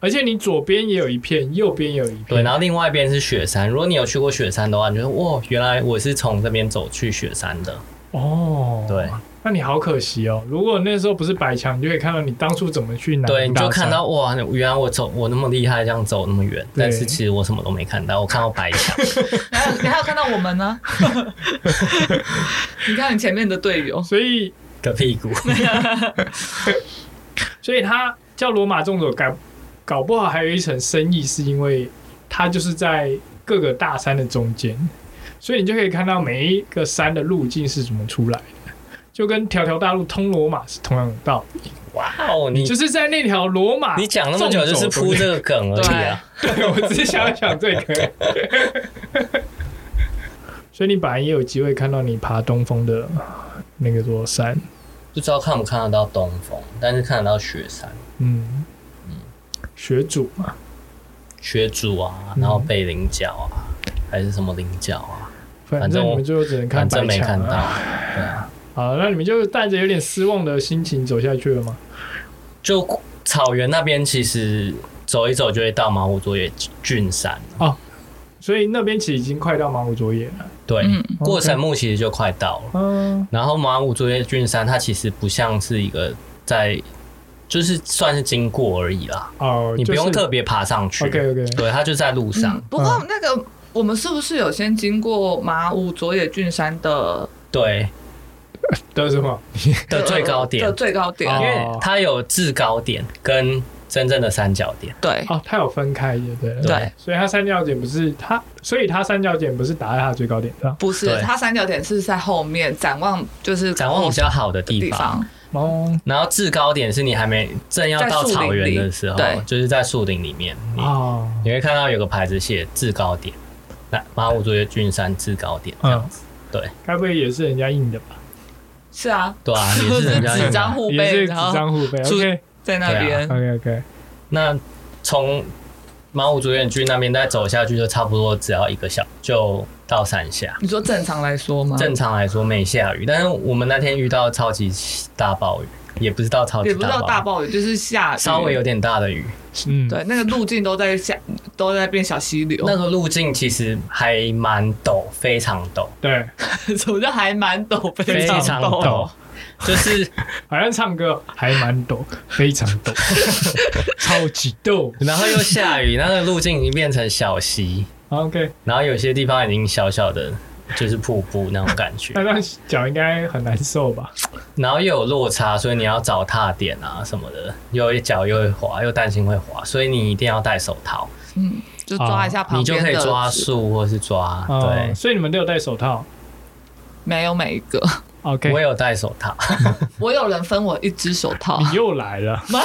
S2: 而且你左边也有一片，右边也有一片。
S1: 对，然后另外一边是雪山，如果你有去过雪山的话，你就说哇，原来我是从这边走去雪山的。
S2: 哦，
S1: 对，
S2: 那你好可惜哦。如果那时候不是白墙，你就可以看到你当初怎么去南
S1: 对，你
S2: 大
S1: 就
S2: 山
S1: 看到哇，原来我走我那么厉害，这样走那么远，
S2: 对
S1: 但是其实我什么都没看到，我看到白墙。
S3: 你还有你还有看到我们呢？ 你看你前面的队友，
S2: 所以
S1: 的屁股，
S2: 所以它叫罗马纵走，搞搞不好还有一层深意，是因为它就是在各个大山的中间，所以你就可以看到每一个山的路径是怎么出来的，就跟条条大路通罗马是同样的道理，
S1: 哇哦，你
S2: 就是在那条罗马
S1: 你讲那么久就是铺这个梗而已啊，
S2: 纵走中间，对 我只是想想这 个。所以你本来也有机会看到你爬东峰的那个座山，
S1: 不知道看不看得到东风，但是看得到雪山、
S2: 嗯，雪主嘛，嗯
S1: 雪主啊，然后贝林角啊，还是什么菱角啊，
S2: 反
S1: 反正
S2: 正
S1: 我
S2: 你们最后只能看
S1: 反
S2: 白
S1: 正没看
S2: 墙
S1: 到
S2: 啊。。
S1: 对啊，
S2: 好，那你们就带着有点失望的心情走下去了吗？
S1: 就草原那边其实走一走就会到马虎卓野郡山，
S2: 所以那边其实已经快到马虎卓野了。
S1: 对，
S3: 嗯
S1: 过神木其实就快到了。
S2: 嗯，
S1: 然后马武卓越郡山，它其实不像是一个在，就是算是经过而已啦，
S2: 哦，
S1: 你不用特
S2: 特
S1: 别爬上去。
S2: OK OK，
S1: 对，它就在路上。
S3: 嗯不过那个我们是不是有先经过马武佐野俊山的
S1: 对
S2: 的什么？
S1: 的最高点
S3: 的，最高点，
S2: 哦
S1: 因为它有制高点跟真正的三角点。
S3: 对
S2: 哦，它有分开，对不对？
S3: 对，
S2: 所以它三角点不是它，所以它三角点不是打在它最高点上。
S3: 不是
S1: 对
S3: 它三角点是在后面展望，就是
S1: 展望比较好的地
S3: 地
S1: 方，
S3: 方，
S2: 哦
S1: 然后制高点是你还没正要到
S3: 在树林
S1: 草原的
S3: 里
S1: 时候
S3: 对，
S1: 就是在树林里面，你
S2: 哦，
S1: 你会看到有个牌子写制高点，那马武卓越郡山制高 点这样
S2: 嗯
S1: 子。，对，
S2: 该不会也是人家印的吧？
S3: 是啊，
S1: 对啊，也
S3: 就是
S1: 人家
S3: 纸
S1: 用的
S3: 张护
S2: 也
S3: 背，
S2: 是纸
S3: 然后
S2: 张护背。
S3: 出
S2: OK
S3: 在那
S1: 啊
S3: 边，
S2: OK OK，
S1: 那从马武竹园区那边再走下去，就差不多只要一个小就到山下。
S3: 你说正常来说吗？
S1: 正常来说没下雨，但是我们那天遇到超级大暴雨，也不知道超级
S3: 也不知
S1: 大
S3: 道大
S1: 暴雨，
S3: 暴雨，就是下雨
S1: 稍微有点大的雨。
S2: 嗯，
S3: 对，那个路径都在下， 都在变小溪流。
S1: 那个路径其实还蛮陡，非常 陡，
S2: 对，
S3: 什么叫还蛮陡，
S1: 非
S3: 常
S1: 常
S3: 陡。
S1: 陡，就是
S2: 好像唱歌还蛮抖，非常 抖，超级抖。
S1: 然后又下雨，那个路径已经变成小溪，
S2: 好 OK，
S1: 然后有些地方已经小小的，就是瀑布那种感觉。
S2: 那张脚应该很难受吧？
S1: 然后又有落差，所以你要找踏点啊什么的，又一脚又会滑，又担心会滑，所以你一定要戴手套，
S3: 嗯，就抓一下旁
S1: 你就
S3: 边的
S1: 可以
S3: 纸，
S1: 抓树或是抓。
S2: 哦，
S1: 对，
S2: 所以你们都有戴手套。
S3: 没有每一个，
S2: OK，
S1: 我有戴手套，
S3: 我有人分我一只手套，
S2: 你又来了。
S3: 吗？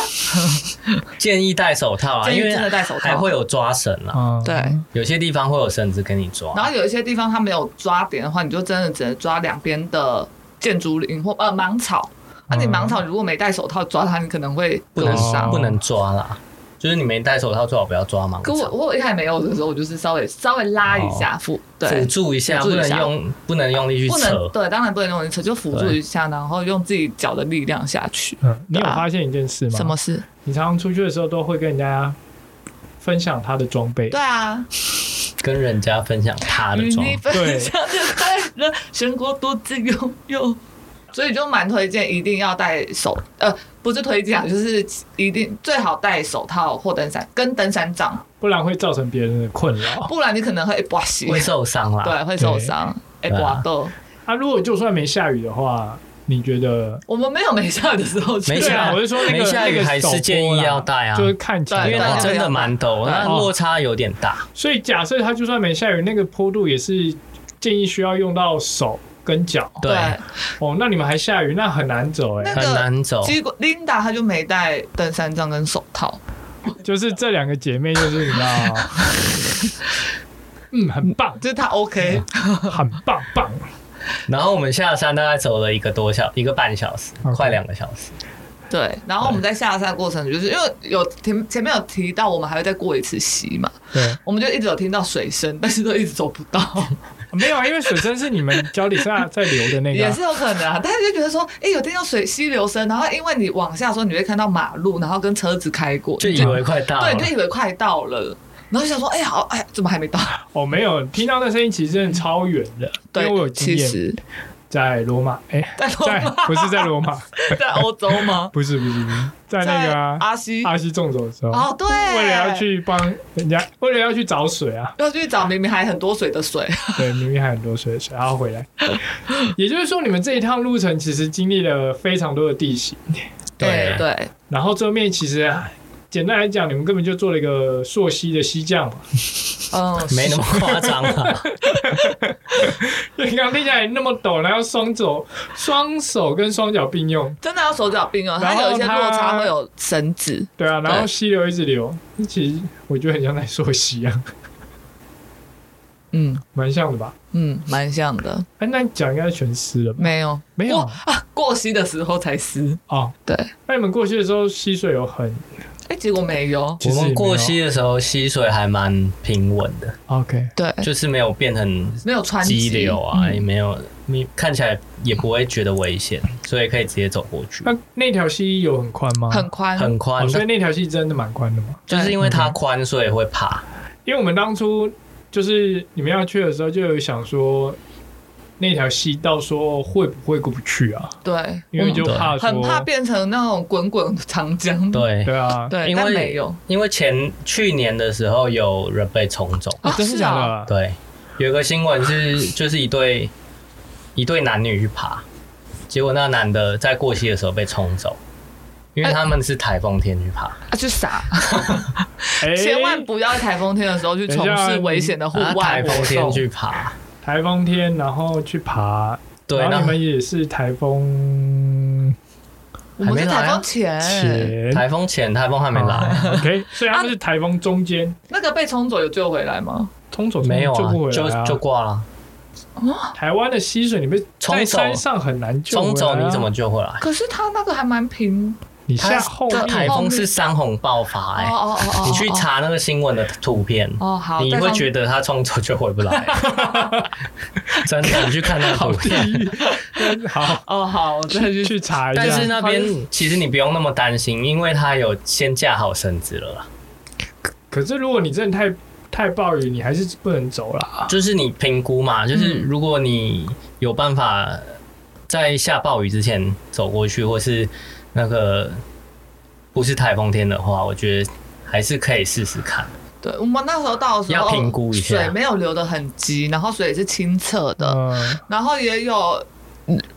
S1: 建议戴手套啊，
S3: 建议
S1: 因
S3: 真的
S1: 为
S3: 戴手
S1: 还
S3: 套
S1: 会。有抓绳啊，
S2: 嗯，
S3: 对，
S1: 有些地方会有绳子跟你抓。
S3: 然后有一些地方它没有抓点的话，你就真的只能抓两边的建筑林或呃芒草。那、你
S2: 嗯
S3: 芒草如果没戴手套抓它，你可能会
S1: 不能、
S3: 割伤
S2: 哦
S1: 不能抓啦，就是你没戴手套最好不要抓盲
S3: 可我
S1: 草，
S3: 我一开始没有的时候，我就是稍微稍微拉一下辅，
S1: 辅
S3: 对，
S1: 助一下，
S3: 辅
S1: 不
S3: 助一
S1: 能
S3: 下
S1: 用不能用力去
S3: 不
S1: 扯
S3: 能，对，当然不能用力扯，就辅助
S1: 对
S3: 一下，然后用自己脚的力量下去。
S2: 嗯，你有
S3: 对啊
S2: 发现一件事吗？
S3: 什么？事？
S2: 你常常出去的时候都会跟人家分享他的装备
S3: 对。啊，
S1: 跟人家分享他的
S3: 与
S1: 装
S3: 你分
S2: 对
S3: 享的快乐，全国多自由又。所以就蛮推荐，一定要戴手，呃，不是推荐啊，就是一定最好戴手套或登山跟登山杖，
S2: 不然会造成别人的困扰。
S3: 不然你可能会刮洗，
S1: 会受伤啦。
S3: 对，啊会受伤，哎，
S1: 对啊
S3: 刮豆。
S2: 啊，如果就算没下雨的话，你觉得？
S3: 我们没有没下雨的时候去，
S1: 没
S2: 对
S1: 下
S2: 啊，我是说那
S1: 没
S2: 个
S1: 下雨
S2: 那个
S1: 还是
S2: 陡坡
S1: 建议
S2: 啦
S1: 要戴啊
S2: 就是看起来
S1: 因为
S3: 对
S1: 它
S3: 对
S1: 真的蛮陡，
S3: 对
S1: 那落差有点大。
S2: 所以假设它就算没下雨，那个坡度也是建议需要用到手跟脚。
S1: 对，
S3: 对，
S2: 哦，那你们还下雨，那很难走哎、
S3: 那
S1: 很难走。
S3: 结果 Linda 她就没带登山杖跟手 套，
S2: 就是这两个姐妹，就是你知道 吗，嗯，很棒，
S3: 就是她 OK，
S2: 很棒棒。
S1: 然后我们下山大概走了一个多小，一个半小时
S2: OK
S1: 快两个小时。
S3: 对。然后我们在下山的过程，就是因为有前前面有提到，我们还会再过一次溪嘛，
S2: 对，
S3: 我们就一直有听到水声， 但是都一直走不到，
S2: 没有啊，因为水声是你们脚底下在流的那个啊、
S3: 也是有可能啊。但是就觉得说，哎、有听到水溪流声，然后因为你往下说，你会看到马路，然后跟车子开过，
S1: 就
S3: 你
S1: 以为快到了
S3: 对，你就以为快到了。然后就想说，哎、呀，好，哎，怎么还没到？
S2: 哦，没有听到那声音，其实真的超远的， 因为我有
S3: 对，
S2: 经
S3: 其
S2: 验
S3: 实
S2: 在罗马，哎、
S3: 在罗
S2: 在
S3: 马，
S2: 不是在罗马，
S3: 在欧洲吗？
S2: 不是不是不是， 在那个、啊、
S3: 阿西，
S2: 阿西纵走的时候，
S3: 哦，对，
S2: 为了要去帮人家，为了要去找水 啊，
S3: 要去找明明还很多水的水，
S2: 对，明明还有很多水，水还要回 来。也就是说，你们这一趟路程其实经历了非常多的地形，
S1: 对
S3: 对，
S2: 然后这面其实、啊、简单来讲，你们根本就做了一个溯溪的溪降嘛。
S3: 嗯，
S1: 没那么夸张啊。
S2: 因为刚刚听起来那么陡，然后双手双手跟双脚并用，
S3: 真的要手脚并用，
S2: 然
S3: 它
S2: 后
S3: 有一些
S2: 它
S3: 落差会有绳子，
S2: 对啊，然后
S3: 对
S2: 溪流一直流，其实我觉得很像在溯溪啊，
S3: 嗯
S2: 蛮像的吧？
S3: 嗯，蛮像的，
S2: 哎、那你脚应该全湿了吧？
S3: 没有
S2: 没有
S3: 啊过啊，过膝的时候才湿，
S2: 哦，
S3: 对，哎、
S2: 那你们过去的时候溪水有很
S3: 哎，结果没有。
S2: 其
S1: 我
S2: 实也没
S1: 们
S2: 有啊
S1: 过溪的时候，溪水还蛮平稳的，
S2: OK，
S3: 对，
S1: 就是没有变成
S3: 没有穿
S1: 激流啊，
S2: 嗯
S1: 也没有，你看起来也不会觉得危险，所以可以直接走过去。
S2: 那那条溪有很宽吗？
S3: 很宽，
S1: 很宽啊
S2: 哦，所以那条溪真的蛮宽的嘛。
S1: 就是因为
S2: 嗯
S1: 它宽，所以会爬。
S2: 因为我们当初就是你们要去的时候，就有想说那条溪到时候会不会过不去啊？
S3: 对，
S2: 因为就怕
S3: 嗯
S2: 说
S3: 很怕变成那种滚滚长江。
S1: 对，
S2: 对啊，
S3: 对，
S1: 因
S3: 但
S1: 为
S3: 没有。
S1: 因为前去年的时候有人被冲走，
S2: 啊真
S3: 是
S2: 的假的？
S3: 啊
S1: 对，有个新闻是就是一对一对男女去爬，结果那男的在过溪的时候被冲走，因为他们是台风天去爬。
S3: 啊，去傻！
S2: 哎
S3: 千万不要在台风天的时候去从
S2: 等一下
S3: 事危险的户
S1: 啊
S2: 哎
S3: 外
S1: 台
S3: 活
S1: 风天
S3: 动。
S1: 去爬，
S2: 台风天，然后去爬，
S1: 对，
S2: 然后你
S1: 那
S2: 们也是台风
S3: 我们是
S1: 还没来啊
S3: 台风前，
S2: 前
S1: 哎台风前台风还没来，啊
S2: 哦 OK，所以他们是台风中间
S3: 那个被冲走有救回来吗？
S2: 冲走，
S1: 没有
S2: 救
S1: 啊
S2: 不回，
S1: 就
S2: 来啊。
S1: 就挂了。
S2: 台湾的溪水，你被
S1: 冲
S2: 在
S1: 走
S2: 山上很难救回来啊。
S1: 冲走你怎么救回来？
S3: 可是他那个还蛮平。
S2: 你
S1: 它
S2: 下后
S3: 这
S2: 面
S1: 台风是山洪爆发
S3: 哦
S1: 哎、
S3: 哦哦哦，
S1: 你去
S3: 哦。
S1: 查那个新闻的图片，
S3: 哦，好，
S1: 你
S3: 再
S1: 会
S3: 放
S1: 觉得它冲走就回不 来。真的，你去看那个
S2: 好
S1: 图
S2: 地
S1: 片。
S2: 狱，好
S3: 哦，好，我再
S2: 去
S3: 去。
S2: 去查一下。
S1: 但是那边
S3: 好
S1: 其实你不用那么担心，因为它有先架好绳子了啦。
S2: 可是如果你真的太太暴雨，你还是不能走啦。
S1: 就是你评估嘛，就是
S3: 嗯
S1: 如果你有办法在下暴雨之前走过去，或是那个不是台风天的话，我觉得还是可以试试看。
S3: 对，我们那时候到的时候，
S1: 要评估一下
S3: 水没有流得很急，然后水是清澈的，
S2: 嗯，
S3: 然后也有，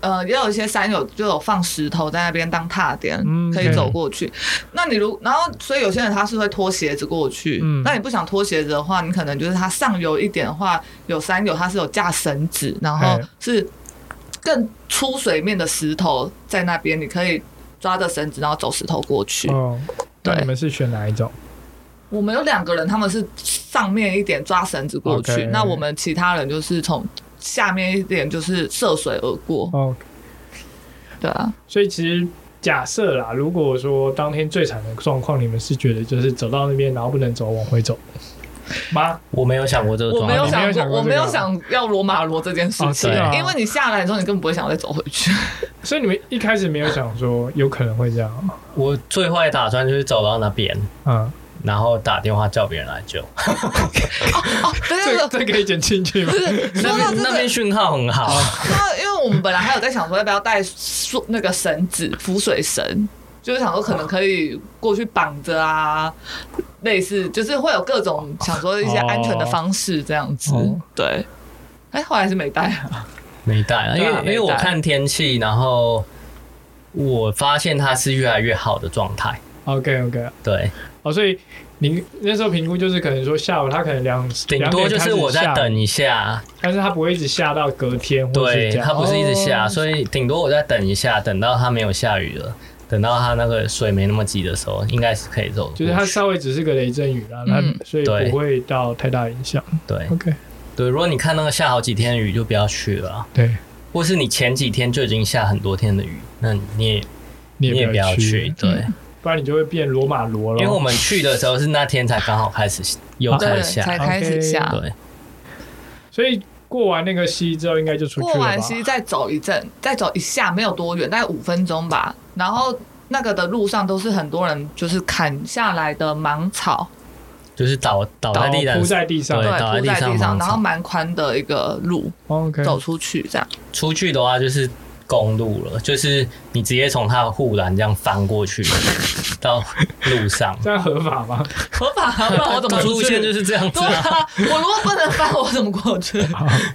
S3: 呃，也有一些山友就有放石头在那边当踏点，
S2: 嗯
S3: 可以走过去。那你如然后，所以有些人他是会脱鞋子过去。
S2: 嗯
S3: 那你不想脱鞋子的话，你可能就是它上游一点的话，有山友他是有架绳子，然后
S1: 哎
S2: 嘿
S3: 是更出水面的石头在那边，你可以抓着绳子，然后走石头过去。
S2: 哦，那
S3: 对
S2: 你们是选哪一种？
S3: 我们有两个人，他们是上面一点抓绳子过去
S2: OK
S3: 那我们其他人就是从下面一点就是涉水而过，
S2: 哦，
S3: 对啊。
S2: 所以其实假设啦，如果说当天最惨的状况，你们是觉得就是走到那边，然后不能走，往回 走吗？
S1: 我没有想过这个
S3: 我
S1: 状
S3: 没有
S1: 况，
S3: 想
S2: 你没有想过
S3: 我没
S2: 这
S3: 有
S2: 个
S3: 想要罗马罗这件事
S2: 哦
S3: 情，
S1: 是
S2: 啊
S3: 因为你下来的时候，你根本不会想要再走回 去。
S2: 所以你们一开始没有想说有可能会这样吗，
S1: 我最坏的打算就是走到那边，
S2: 嗯，
S1: 然后打电话叫别人来救。
S3: 哦， 对
S2: 这
S3: 对
S2: 这可以剪进去吗？
S3: 对，
S1: 那
S3: 说到
S1: 边
S3: 这
S1: 那边
S3: 个，
S1: 讯号很好，
S3: 那因为我们本来还有在想说要不要带束那个绳子，浮水绳，就是想说可能可以过去绑着啊，类似就是会有各种想说一些安全的方式这样子
S2: 哦，
S3: 对。哎，后来是没带啊，
S1: 没带啊，因为
S3: 对啊
S1: 因为我
S3: 没带
S1: 看天气，然后我发现它是越来越好的状态。
S2: OK OK，
S1: 对，
S2: 哦，所以你那时候评估就是可能说下午他可能两
S1: 顶多就是我再，
S2: 两点开始
S1: 等一下，
S2: 下但是他不会一直下到隔天，或是
S1: 对，
S2: 这
S1: 它
S2: 样。
S1: 不是一直下，
S3: 哦
S1: 所以顶多我再等一下，等到它没有下雨了，等到它那个水没那么急的时候，应该是可以走。
S2: 就是它稍微只是个雷阵雨啦，那、
S3: 嗯
S2: 所以
S1: 对
S2: 不会到太大影响。
S1: 对
S2: OK，
S1: 对，如果你看那个下好几天雨，就不要去了啊，
S2: 对，
S1: 或是你前几天就已经下很多天的雨，那你也
S2: 你
S1: 也
S2: 也
S1: 不
S2: 不
S1: 要去
S2: 去，，
S1: 对，
S3: 嗯
S2: 不然你就会变罗马罗了。
S1: 因为我们去的时候是那天才刚好开始有开
S3: 对，
S1: 始下
S3: 才，开始
S2: OK
S3: 下。
S1: 对，
S2: 所以过完那个溪之后，应该就出去
S3: 过
S2: 了吧？
S3: 完溪再走一阵，再走一下，没有多远，大概五分钟吧。然后那个的路上都是很多人，就是砍下来的芒草，
S1: 就是倒倒在地
S2: 倒
S1: 上
S2: 哦铺，在地上
S1: 对。倒在地
S3: 铺在
S1: 上
S3: 地
S1: 芒
S3: 上，
S1: 草嗯
S3: 然后蛮宽的一个路
S2: OK，
S3: 走出去，这样。
S1: 出去的话就是公路了，就是你直接从它的护栏这样翻过去到路 上，
S2: 这样合法吗？
S3: 合法啊，不然 我怎么
S1: 路
S3: 出
S1: 线就
S3: 去？
S1: 是这样子
S3: 对
S1: 啊。
S3: 啊，我如果不能翻，我怎么过 去？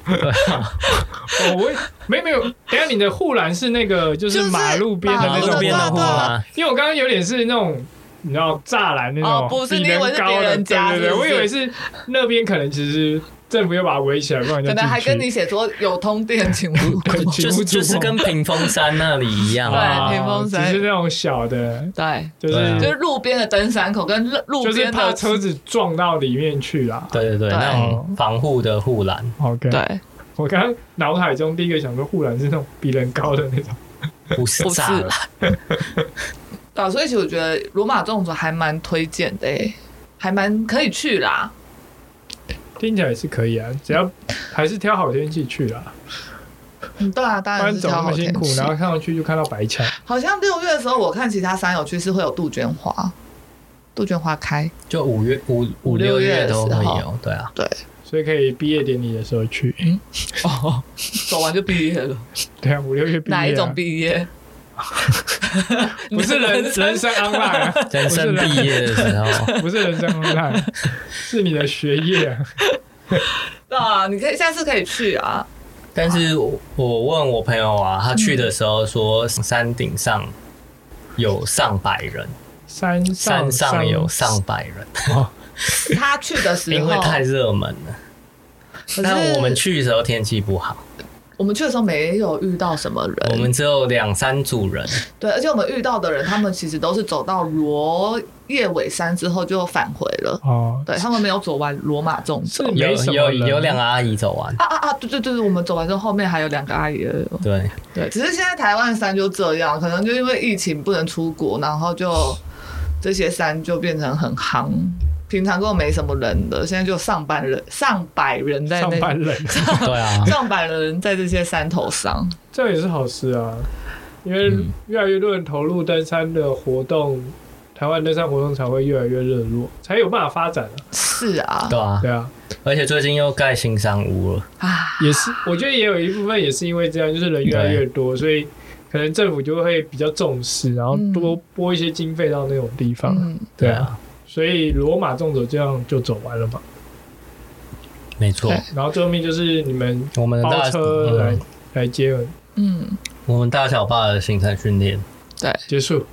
S2: 哦，我也没没有，等一下你的护栏是那个就
S3: 就是是
S2: 马路边的那
S1: 马
S2: 种
S1: 路边的
S2: 护
S1: 护
S2: 栏，
S1: 栏，啊
S2: 因为我刚刚有点是那种。你知道栅栏那种
S3: 哦不是
S2: 比
S3: 你以为是
S2: 高
S3: 别
S2: 的，
S3: 人家
S2: 对对对，
S3: 是不
S2: 我
S3: 是
S2: 以为是那边可能其实政府要把它围起来，不然就
S3: 可能还
S2: 进
S3: 跟
S2: 去
S3: 你写说有通电，请勿过
S2: 请
S3: 去。
S1: 就是就是跟屏风山那里一样啊。
S2: 啊
S3: 对屏风
S2: 只
S3: 山
S2: 是那种小的，
S3: 对，
S2: 就是、
S1: 对啊
S3: 就是路边的登山口跟路
S2: 就是
S3: 边
S2: 怕
S3: 的
S2: 车子撞到里面去啦。
S1: 对对对，
S3: 对
S1: 那种防护的护栏，
S2: OK，
S3: 对，
S2: 我刚刚脑海中 第一个想说护栏是那种比人高的那种，
S1: 不是
S3: 不是
S1: 栅栏，
S3: 对啊，所以其实我觉得罗马纵走还蛮推荐的、欸，还蛮可以去啦。
S2: 听起来也是可以啊，只要还是挑好天气去啦，
S3: 嗯，对啊，
S2: 不
S3: 当然
S2: 然
S3: 是
S2: 走那
S3: 挑好
S2: 么辛
S3: 天
S2: 苦，
S3: 气
S2: 然。后看上去就看到白墙。
S3: 好像六月的时候，我看其他山有去是会有杜鹃花，杜鹃花开。
S1: 就五月五
S3: 五
S1: 五
S3: 六
S1: 六
S3: 月
S1: 月
S3: 的
S1: 都会
S3: 时候
S1: 有，对啊，
S2: 所以可以毕业典礼的时候去。
S3: 哦， 走完就毕业了，
S2: 对啊，五六月毕业、啊。啊
S3: 哪一种毕业？
S2: 不是人人生 online，、啊、
S1: 人生毕业的时候，
S2: 不是人生 online，是你的学业、啊。
S3: 对啊，你可以下次可以去啊。
S1: 但是我我问我朋友啊，他去的时候说山顶上有上百人，
S2: 山上哦
S1: 山上有上百人，
S3: 他去的时 候，
S1: 因为太热门了。
S3: 可
S1: 但
S3: 是
S1: 我们去的时候天气不好，
S3: 我们去的时候没有遇到什么人，
S1: 我们只有两三组人，
S3: 对，而且我们遇到的人，他们其实都是走到罗叶尾山之后就返回了，
S2: 哦，
S3: 对他们没有走完罗马纵走。
S2: 是
S1: 有
S2: 没什么
S1: 有
S2: 人
S1: 有两个阿姨走完，
S3: 啊啊啊！对对对，对我们走完之后，后面还有两个阿姨而已哦。
S1: 对，
S3: 对，只是现在台湾山就这样，可能就因为疫情不能出国，然后就这些山就变成很夯。平常根本没什么人的，现在就上百人、上百人在
S2: 上
S3: 那，
S2: 班人，
S1: 对啊
S3: 上百人在这些山头上。
S2: 这也是好事啊，因为
S1: 嗯
S2: 越来越多人投入登山的活动，台湾登山活动才会越来越热络，才有办法发展啊。
S3: 是啊，
S1: 对啊，
S2: 对啊，
S1: 而且最近又盖新商屋了，
S3: 啊，
S2: 也是，我觉得也有一部分也是因为这样，就是人越来越多，所以可能政府就会比较重视，然后多拨一些经费到那种地方。
S3: 嗯，
S2: 对啊，，所以罗马纵走这样就走完了嘛。
S1: 没错，
S2: 然后最后面就是你们
S1: 我们的
S2: 包
S1: 大
S2: 车来、
S1: 嗯
S2: 来接我
S3: 嗯，
S1: 我们大小坝的行程训练，
S2: 结束。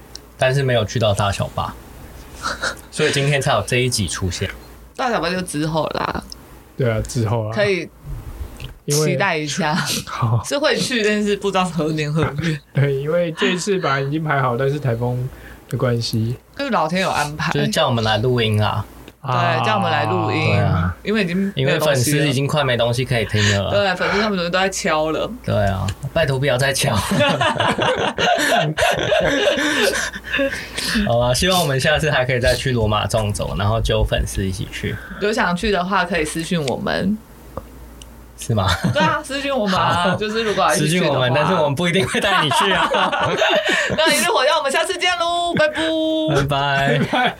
S1: 但是没有去到大小坝，所以今天才有这一集出现。
S3: 大小巴就之后啦，
S2: 对啊，之后啊，
S3: 可以
S2: 因为
S3: 期待一下，
S2: 好
S3: 是会去，但是不知道何年何月，
S2: 对，因为这一次本来已经排好，但是台风的关系
S3: 就是老天有安排，
S1: 就是叫我们来录音啊，
S2: 啊
S3: 对，叫我们来录
S2: 嗯
S3: 音
S1: 对啊，
S3: 因为已经没
S1: 因
S3: 有
S1: 为粉
S3: 东西
S1: 丝
S3: 了
S1: 已经快没东西可以听了。啊
S3: 对粉丝他们昨天都在敲了，
S1: 对啊，拜托不要再 敲。好啊，希望我们下次还可以再去罗马纵走，然后揪粉丝一起去，
S3: 有想去的话可以私讯我们，
S1: 是吗？
S3: 对啊，私讯我们啊，就是如果要一
S1: 私
S3: 起去
S1: 信
S3: 的
S1: 我
S3: 话
S1: 们，但是我们不一定会带你去啊。
S3: 那一日火药，我们下次见喽，拜拜。
S1: 拜拜。
S2: 嗨